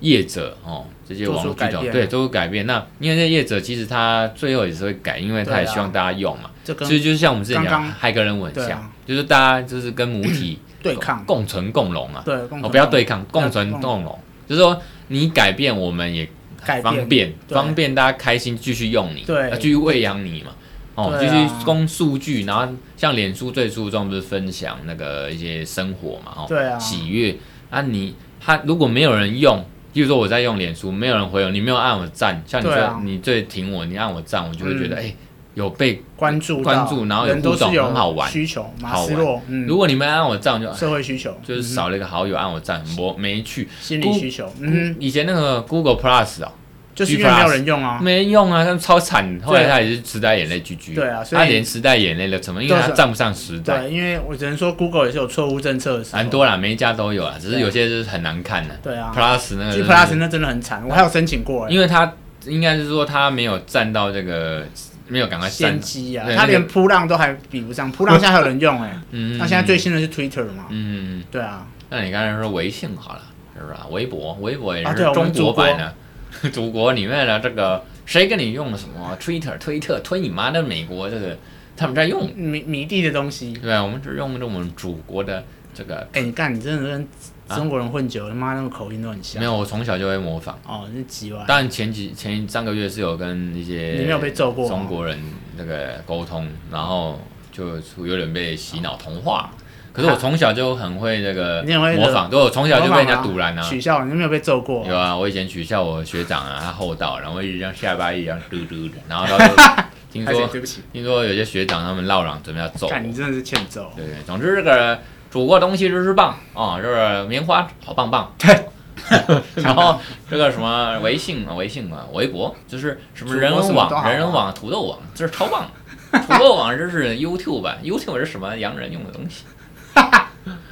Speaker 1: 业者哦，这些
Speaker 2: 做出
Speaker 1: 网络巨
Speaker 2: 改
Speaker 1: 头
Speaker 2: 变
Speaker 1: 对做出改变。那因为这业者其实他最后也是会改，因为他也
Speaker 2: 对啊
Speaker 1: 希望大家用嘛。
Speaker 2: 这跟
Speaker 1: 其实就是像我们之前
Speaker 2: 刚
Speaker 1: 讲
Speaker 2: 刚
Speaker 1: 骇客人文
Speaker 2: 对
Speaker 1: 像，
Speaker 2: 啊
Speaker 1: 就是大家就是跟母体
Speaker 2: 对抗
Speaker 1: 共存共荣啊。
Speaker 2: 对，共
Speaker 1: 哦，
Speaker 2: 存
Speaker 1: 不要对抗，共存
Speaker 2: 共
Speaker 1: 共荣，就是说你改变，我们也
Speaker 2: 改
Speaker 1: 方
Speaker 2: 变
Speaker 1: 便，
Speaker 2: 对
Speaker 1: 方便大家开心继续用你，
Speaker 2: 对
Speaker 1: 要继续喂养你嘛。哦，
Speaker 2: 对
Speaker 1: 继
Speaker 2: 啊
Speaker 1: 续供数据，然后像脸书最注重不是分享那个一些生活嘛，哦，
Speaker 2: 对啊
Speaker 1: 喜悦啊你，他如果没有人用，比如说我在用脸书，没有人回我，你没有按我赞，像你
Speaker 2: 对
Speaker 1: 说、
Speaker 2: 啊嗯
Speaker 1: 你最挺我，你按我赞，我就会觉得哎、有被
Speaker 2: 关注到
Speaker 1: 关注然后有
Speaker 2: 人都
Speaker 1: 互动
Speaker 2: 是有
Speaker 1: 很好玩
Speaker 2: 需求，马
Speaker 1: 好
Speaker 2: 斯
Speaker 1: 玩
Speaker 2: 洛，嗯，
Speaker 1: 如果你没按我赞，我就
Speaker 2: 社会需求嗯
Speaker 1: 就是少了一个好友按我赞，我没去。
Speaker 2: 心理需求，嗯，
Speaker 1: 以前那个 Google Plus 哦，
Speaker 2: 就是因为没有人用啊，
Speaker 1: 没用啊，他们超惨。后来他也是时代眼泪居居，
Speaker 2: 对啊所以
Speaker 1: 他连时代眼泪都怎么，因为
Speaker 2: 都是
Speaker 1: 他站不上时代，
Speaker 2: 对，因为我只能说 Google 也是有错误政策的时候，
Speaker 1: 很多啦，每一家都有啦，只是
Speaker 2: 对啊
Speaker 1: 有些就是很难看的。
Speaker 2: 对啊
Speaker 1: Plus 那个
Speaker 2: ，G
Speaker 1: 就是
Speaker 2: Plus 那真的很惨，我还有申请过，哎，
Speaker 1: 呃因为他应该是说他没有站到这个，没有赶快站
Speaker 2: 先。机啊，
Speaker 1: 对
Speaker 2: 他
Speaker 1: 那个
Speaker 2: 连扑浪都还比不上，扑浪现在还有人用哎，
Speaker 1: 嗯，
Speaker 2: 那现在最新的是 Twitter 嘛，
Speaker 1: 嗯，
Speaker 2: 对啊，
Speaker 1: 那你刚才说微信好了，是吧？微博，微博也
Speaker 2: 啊
Speaker 1: 是
Speaker 2: 对我
Speaker 1: 中
Speaker 2: 们
Speaker 1: 国
Speaker 2: 祖国
Speaker 1: 版的， 祖国里面的这个谁跟你用什么 Twitter、推特、推你妈的美国这个他们在用。
Speaker 2: 迷迷弟的东西，欸
Speaker 1: 对，我们只用着我们祖国的这个
Speaker 2: 哎，你看你真的跟中国人混久了，妈那个口音都很像
Speaker 1: 没。有，我从小就会模仿。
Speaker 2: 哦，那几万。
Speaker 1: 但前几前三个月是有跟一些
Speaker 2: 你没有被揍过吗
Speaker 1: 中国人那个沟通，然后就有点被洗脑同化。可是我从小就很会那个
Speaker 2: 你很会惹
Speaker 1: 模仿，对我从小就被人家堵拦啊。
Speaker 2: 取笑你有没有被揍过？
Speaker 1: 有啊，我以前取笑我学长啊，他厚道，然后一直像下巴一样嘟嘟的，然后到时候听
Speaker 2: 拍谁
Speaker 1: 说
Speaker 2: 对不起，
Speaker 1: 听说有些学长他们闹嚷，准备要揍我。
Speaker 2: 看你真的是欠揍。
Speaker 1: 对对，总之这个煮过东西就是棒啊、就是棉花好棒棒。
Speaker 2: 对。
Speaker 1: 然后这个什么微信啊，微信啊，微博，就是什么人人
Speaker 2: 主播什么都好
Speaker 1: 网、人人网、土豆网，这是超 棒。土豆网这是 YouTube 吧？YouTube 是什么洋人用的 东西？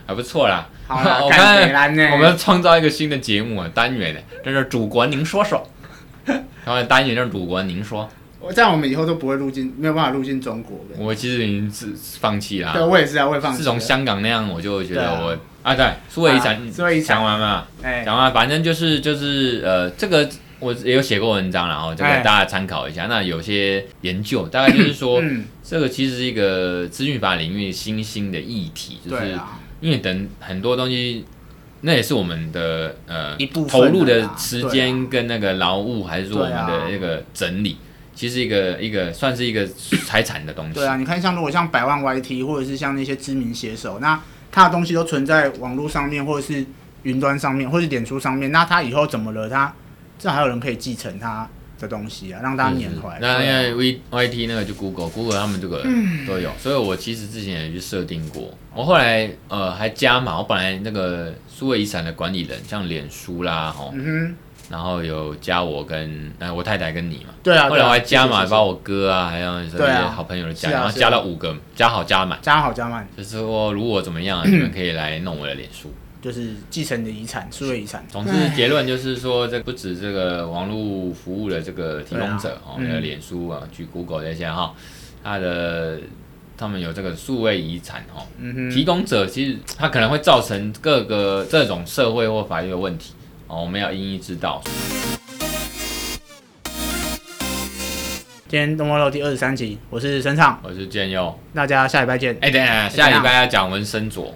Speaker 1: 还不错啦。
Speaker 2: 好啦
Speaker 1: 我
Speaker 2: 干北兰呢
Speaker 1: 们我们创造一个新的节目啊，单元的，这是主国您说说。 然后单元就是主国您说，
Speaker 2: 我这样我们以后都不会入境，没有办法入境中国的。
Speaker 1: 我其实已经自放弃啦。
Speaker 2: 对，我也是啊，我也放弃了。
Speaker 1: 自从香港那样，我就觉
Speaker 2: 对
Speaker 1: 得
Speaker 2: 啊
Speaker 1: 我啊，对，苏伟
Speaker 2: 啊
Speaker 1: 讲
Speaker 2: 苏伟讲
Speaker 1: 讲完嘛，
Speaker 2: 哎，
Speaker 1: 讲完，反正就是就是呃，这个我也有写过文章啦，然哦后这个
Speaker 2: 哎
Speaker 1: 大家参考一下。那有些研究大概就是说，
Speaker 2: 嗯，
Speaker 1: 这个其实是一个资讯法领域新兴的议题，就
Speaker 2: 对
Speaker 1: 是
Speaker 2: 啊，
Speaker 1: 因为等很多东西。那也是我们的呃
Speaker 2: 一部分
Speaker 1: 投
Speaker 2: 的啦
Speaker 1: 入的时
Speaker 2: 对啊
Speaker 1: 间跟那个劳务，还是说我们
Speaker 2: 对啊
Speaker 1: 的那个整理，其实一个一个算是一个财产的东西。
Speaker 2: 对啊，你看像如果像百万 YT 或者是像那些知名写手，那他的东西都存在网络上面，或者是云端上面，或者是脸书上面，那他以后怎么了？他这还有人可以继承他的东西啊，让大家
Speaker 1: 是
Speaker 2: 缅
Speaker 1: 是
Speaker 2: 怀。
Speaker 1: 那
Speaker 2: 对
Speaker 1: 因
Speaker 2: 啊
Speaker 1: 为 V Y T 那个就 Google Google 他们这个都有，所以我其实之前也去设定过。我后来呃还加码，我本来那个数位遗产的管理人，像脸书啦吼，
Speaker 2: 嗯
Speaker 1: 然后有加我跟呃我太太跟你嘛
Speaker 2: 哼，。对啊，
Speaker 1: 后来我还加码，
Speaker 2: 嘛，是是
Speaker 1: 把我哥啊，还有什
Speaker 2: 对
Speaker 1: 么
Speaker 2: 啊
Speaker 1: 好朋友的
Speaker 2: 是
Speaker 1: 加，
Speaker 2: 啊
Speaker 1: 然后
Speaker 2: 是啊
Speaker 1: 加到五个，加好加满，
Speaker 2: 加好加满，
Speaker 1: 就是说如果怎么样，啊你们可以来弄我的脸书。
Speaker 2: 就是继承你的遗产，数位遗产。
Speaker 1: 总之结论就是说，这不止这个网络服务的这个提供者哦，
Speaker 2: 对
Speaker 1: 那
Speaker 2: 啊
Speaker 1: 个
Speaker 2: 嗯
Speaker 1: 脸书啊、去 Google 这些哈，它的他们有这个数位遗产哦，
Speaker 2: 嗯哼，
Speaker 1: 提供者其实它可能会造成各个这种社会或法律的问题哦，我们要一一知道。
Speaker 2: 今天东坡肉第二十三集，我是沈畅，
Speaker 1: 我是建佑，
Speaker 2: 大家下礼拜见。
Speaker 1: 哎，等一下
Speaker 2: 怎样
Speaker 1: 下礼拜要讲纹身佐，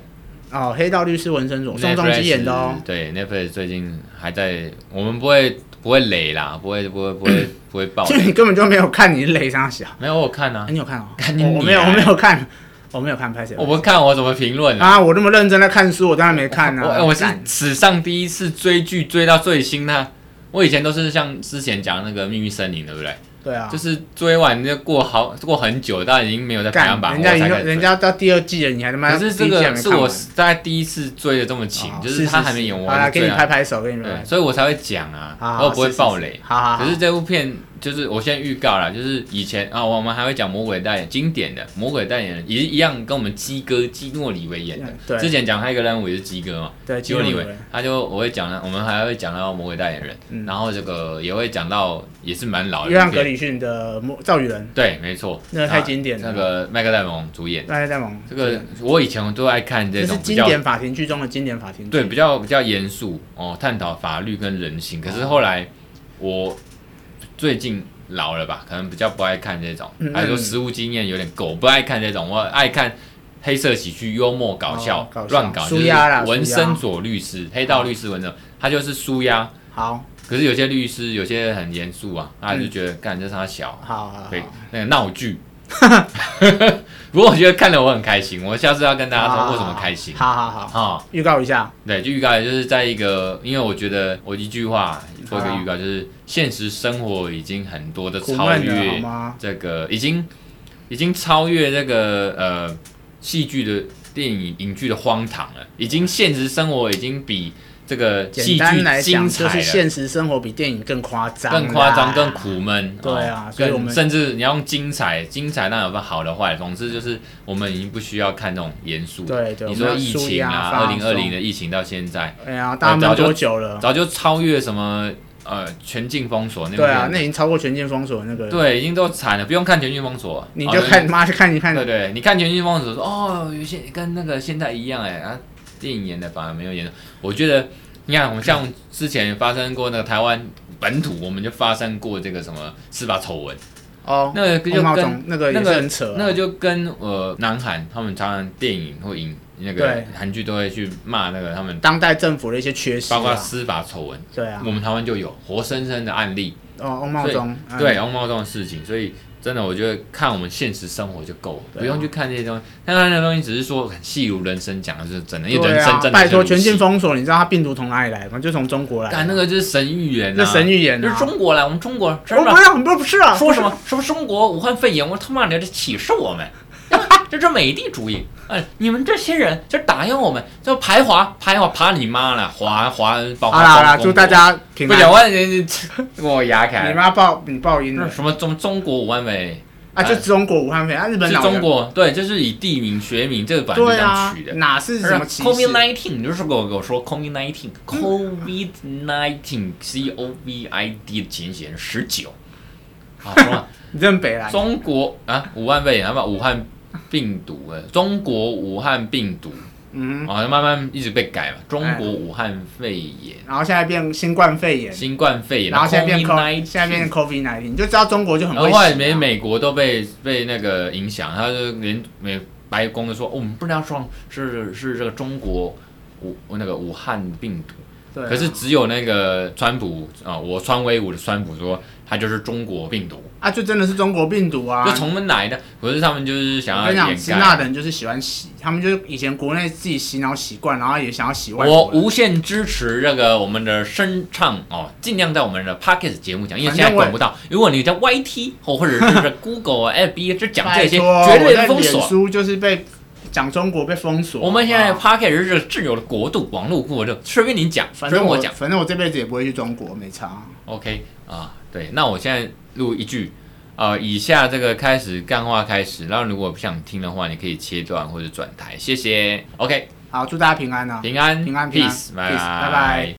Speaker 2: 哦，黑道律师纹身所，宋仲基演的哦
Speaker 1: Netflix，。对，Netflix 最近还在，我们不会不会累啦，不会不会不会 不会爆
Speaker 2: 就 你根本就没有看，你是雷啥小？
Speaker 1: 没有我有看
Speaker 2: 啊
Speaker 1: 啊，
Speaker 2: 你有看哦？
Speaker 1: 干你
Speaker 2: 我我没有，
Speaker 1: 娘
Speaker 2: 我没有看，我没有看拍谁
Speaker 1: 我不看我怎么评论啊
Speaker 2: 啊！我那么认真在看书，我当然没看啊。
Speaker 1: 我我是
Speaker 2: 干
Speaker 1: 史上第一次追剧追到最新呢。我以前都是像之前讲那个《秘密森林》，对不对？
Speaker 2: 对啊，
Speaker 1: 就是追完就过好过很久，但已经没有在排行
Speaker 2: 干
Speaker 1: 榜，
Speaker 2: 人家
Speaker 1: 我
Speaker 2: 已
Speaker 1: 才
Speaker 2: 经
Speaker 1: 开始追
Speaker 2: 人。家到第二季了，你还他妈
Speaker 1: 可是这
Speaker 2: 第一季还
Speaker 1: 个
Speaker 2: 没
Speaker 1: 是
Speaker 2: 看
Speaker 1: 我
Speaker 2: 完
Speaker 1: 大概第一次追的这么勤，
Speaker 2: 哦
Speaker 1: 就是他还没演完，
Speaker 2: 好
Speaker 1: 我
Speaker 2: 啦，
Speaker 1: 就
Speaker 2: 给
Speaker 1: 追啊
Speaker 2: 你
Speaker 1: 了
Speaker 2: 拍拍手，给你拍拍
Speaker 1: 对，
Speaker 2: 手。
Speaker 1: 所以我才会讲啊，
Speaker 2: 好
Speaker 1: 然后不会爆雷。
Speaker 2: 好好好，
Speaker 1: 可是这部片就是我现在预告了，就是以前啊，我们还会讲《魔鬼代言》经典的《魔鬼代言人》，也一样跟我们鸡哥基诺里维演的。
Speaker 2: 对
Speaker 1: 之前讲他一个任务也是鸡哥嘛，
Speaker 2: 对
Speaker 1: 基诺里
Speaker 2: 基诺
Speaker 1: 维
Speaker 2: 里维，
Speaker 1: 他就我会讲了，我们还会讲到《魔鬼代言人》
Speaker 2: 嗯
Speaker 1: 然后这个也会讲到也是蛮老的
Speaker 2: 约翰格
Speaker 1: 片
Speaker 2: 里逊的《造雨人
Speaker 1: 对，没错，
Speaker 2: 那个太经典了
Speaker 1: 那个麦克戴蒙主演》，，
Speaker 2: 大家在忙
Speaker 1: 这个我以前都爱看这
Speaker 2: 这
Speaker 1: 种
Speaker 2: 是
Speaker 1: 比
Speaker 2: 经
Speaker 1: 较
Speaker 2: 典法庭剧中的经典法庭剧。
Speaker 1: 对，比较比较严肃哦，探讨法律跟人性。可是
Speaker 2: 哦
Speaker 1: 后来我最近老了吧，可能比较不爱看这种，
Speaker 2: 嗯
Speaker 1: 还是说实务经验有点够，不爱看这种。我爱看黑色喜剧、幽默搞笑、
Speaker 2: 哦搞笑
Speaker 1: 乱搞，就
Speaker 2: 舒
Speaker 1: 是
Speaker 2: 压啦嗯
Speaker 1: 纹
Speaker 2: 舒压
Speaker 1: 身佐律师、黑道律师纹身，他就是舒压。
Speaker 2: 好，
Speaker 1: 可是有些律师有些很严肃啊，他就觉得干这是他小啊，
Speaker 2: 好好好，
Speaker 1: 对，那个闹剧。 不过我觉得看了我很开心，我下次要跟大家
Speaker 2: 好
Speaker 1: 说为什么开心啊。
Speaker 2: 好好好好，
Speaker 1: 哦
Speaker 2: 预告一下，
Speaker 1: 对，就预告就是在一个，因为我觉得我一句话做一个预告，就是现实生活已经很多的
Speaker 2: 啊苦
Speaker 1: 超
Speaker 2: 闷的好
Speaker 1: 越
Speaker 2: 吗？
Speaker 1: 这个，已经已经超越这个呃戏剧的电影影剧的荒唐了，已经现实生活已经比这个戏
Speaker 2: 简单来
Speaker 1: 剧精
Speaker 2: 讲，就是
Speaker 1: 彩了。
Speaker 2: 现实生活比电影更夸张，
Speaker 1: 更夸张、更。苦闷，
Speaker 2: 对啊
Speaker 1: 哦
Speaker 2: 所以我
Speaker 1: 更
Speaker 2: 们
Speaker 1: 甚至你要用精彩，精彩那有分好的坏，总之就是我们已经不需要看那种严肃的。
Speaker 2: 对对
Speaker 1: 你
Speaker 2: 我
Speaker 1: 说
Speaker 2: 们要
Speaker 1: 疫
Speaker 2: 舒
Speaker 1: 情
Speaker 2: 压
Speaker 1: 啊，二
Speaker 2: 放
Speaker 1: 零二零
Speaker 2: 松
Speaker 1: 的疫情到现在，
Speaker 2: 哎呀，大家
Speaker 1: 呃早
Speaker 2: 闷
Speaker 1: 就
Speaker 2: 多久了？
Speaker 1: 早就超越什么呃全境封锁那个
Speaker 2: 对啊，
Speaker 1: 片
Speaker 2: 那已经超过全境封锁的那个，
Speaker 1: 对已经都惨了，不用看全境封锁，
Speaker 2: 你
Speaker 1: 哦
Speaker 2: 就看
Speaker 1: 对
Speaker 2: 妈去看一看
Speaker 1: 对对，你看全境封锁说哦，有些跟那个现在一样哎，啊电影演的反而没有演的，我觉得你看我们像之前发生过那个台湾本土，我们就发生过这个什么司法丑闻。
Speaker 2: 哦，
Speaker 1: 那个就
Speaker 2: 翁茂
Speaker 1: 跟
Speaker 2: 总那个也是
Speaker 1: 个
Speaker 2: 很扯啊，
Speaker 1: 那个就跟呃南韩他们常常电影或影那个
Speaker 2: 对
Speaker 1: 韩剧都会去骂那个他们，
Speaker 2: 当代政府的一些缺失
Speaker 1: 包括
Speaker 2: 啊，
Speaker 1: 司法丑闻，
Speaker 2: 对啊
Speaker 1: 我，们台湾就有活生生的案例，
Speaker 2: 哦，翁茂忠，嗯
Speaker 1: 对啊翁茂这种事情，所以真的我觉得看我们现实生活就够了，
Speaker 2: 对啊
Speaker 1: 不用去看那些东西，看看那些东西只是说很戏如人生讲的是真的，因为
Speaker 2: 对
Speaker 1: 人生
Speaker 2: 啊
Speaker 1: 真的、，
Speaker 2: 拜托全境。封锁，你知道他病毒从哪里来吗？就从中国来的，
Speaker 1: 干那个就是神预言、啊，
Speaker 2: 那神预言
Speaker 1: 就是
Speaker 2: 啊，
Speaker 1: 中国来，我们中国真
Speaker 2: 我
Speaker 1: 的
Speaker 2: 不是，我们不是啊，
Speaker 1: 说什么什么中国武汉肺炎，我他妈的这歧视我们， 这是美帝主义。哎，你们这些人就打压我们，就排华排华爬你妈了，华华保
Speaker 2: 好啦好啦，祝大家平
Speaker 1: 不讲
Speaker 2: 安。
Speaker 1: 话，你 给我牙开
Speaker 2: 你。妈爆你爆音了
Speaker 1: 什么中中国武汉肺炎
Speaker 2: 啊！就中国武汉肺炎，啊日本
Speaker 1: 是
Speaker 2: 哪有
Speaker 1: 中国对，就是以地名学名这个版就
Speaker 2: 对
Speaker 1: 这样
Speaker 2: 啊
Speaker 1: 取的，。
Speaker 2: 哪是什么歧
Speaker 1: COVID
Speaker 2: 视？
Speaker 1: nineteen，你就是给我给我说 COVID nineteen，COVID nineteen C O V I D 的简写十九，好说 吧。
Speaker 2: 你真北来，
Speaker 1: 中国啊，武汉肺炎，他妈武汉病毒，哎，中国武汉病毒，
Speaker 2: 嗯，哎
Speaker 1: 啊，慢慢一直被改嘛，中国武汉肺炎，
Speaker 2: 然后现在变新冠肺炎，
Speaker 1: 新冠肺炎，
Speaker 2: 然后现在变
Speaker 1: COVID-19
Speaker 2: COVID，现在变 COVID 1 9你就知道中国就 很
Speaker 1: 然
Speaker 2: 危
Speaker 1: 后后
Speaker 2: 险啊。
Speaker 1: 来连美国都被被那个影响，他就连美白宫都说，哦我们不能说是是这个中国武那个武汉病毒，
Speaker 2: 对啊，
Speaker 1: 可是只有那个川普啊、我川威武的川普说他就是中国病毒，
Speaker 2: 啊，就真的是中国病毒啊
Speaker 1: 就。从哪来的？可是他们就是想
Speaker 2: 我
Speaker 1: 要
Speaker 2: 跟你讲，
Speaker 1: 掩
Speaker 2: 吃
Speaker 1: 盖。
Speaker 2: 辣的人就是喜欢洗，他们就是以前国内自己洗脑习惯，然后也想要洗外
Speaker 1: 我
Speaker 2: 国人。
Speaker 1: 无限支持这个我们的声唱哦，尽量在我们的 p o c k e t 节目讲，因为
Speaker 2: 反
Speaker 1: 现
Speaker 2: 正
Speaker 1: 在管
Speaker 2: 我
Speaker 1: 不到。如果你在 YT 哦，或者是 Google 啊 FB 这讲这
Speaker 2: 拜
Speaker 1: 些，
Speaker 2: 托，
Speaker 1: 绝
Speaker 2: 我
Speaker 1: 对
Speaker 2: 在
Speaker 1: 的封
Speaker 2: 脸
Speaker 1: 锁。
Speaker 2: 书就是被讲中国被封锁。
Speaker 1: 我们现在
Speaker 2: 好不好
Speaker 1: p o c k e t 是这个自由的国度，网络国度，随便你讲，随
Speaker 2: 反
Speaker 1: 便
Speaker 2: 正
Speaker 1: 我
Speaker 2: 我
Speaker 1: 讲。
Speaker 2: 反正我这辈子也不会去中国，没差。
Speaker 1: OK 啊，对，那我现在录一句，呃，以下这个开始干话开始，然后如果不想听的话，你可以切断或者转台，谢谢。OK，
Speaker 2: 好，祝大家平安啊！
Speaker 1: 平安，
Speaker 2: 平安平安
Speaker 1: peace，
Speaker 2: peace，拜拜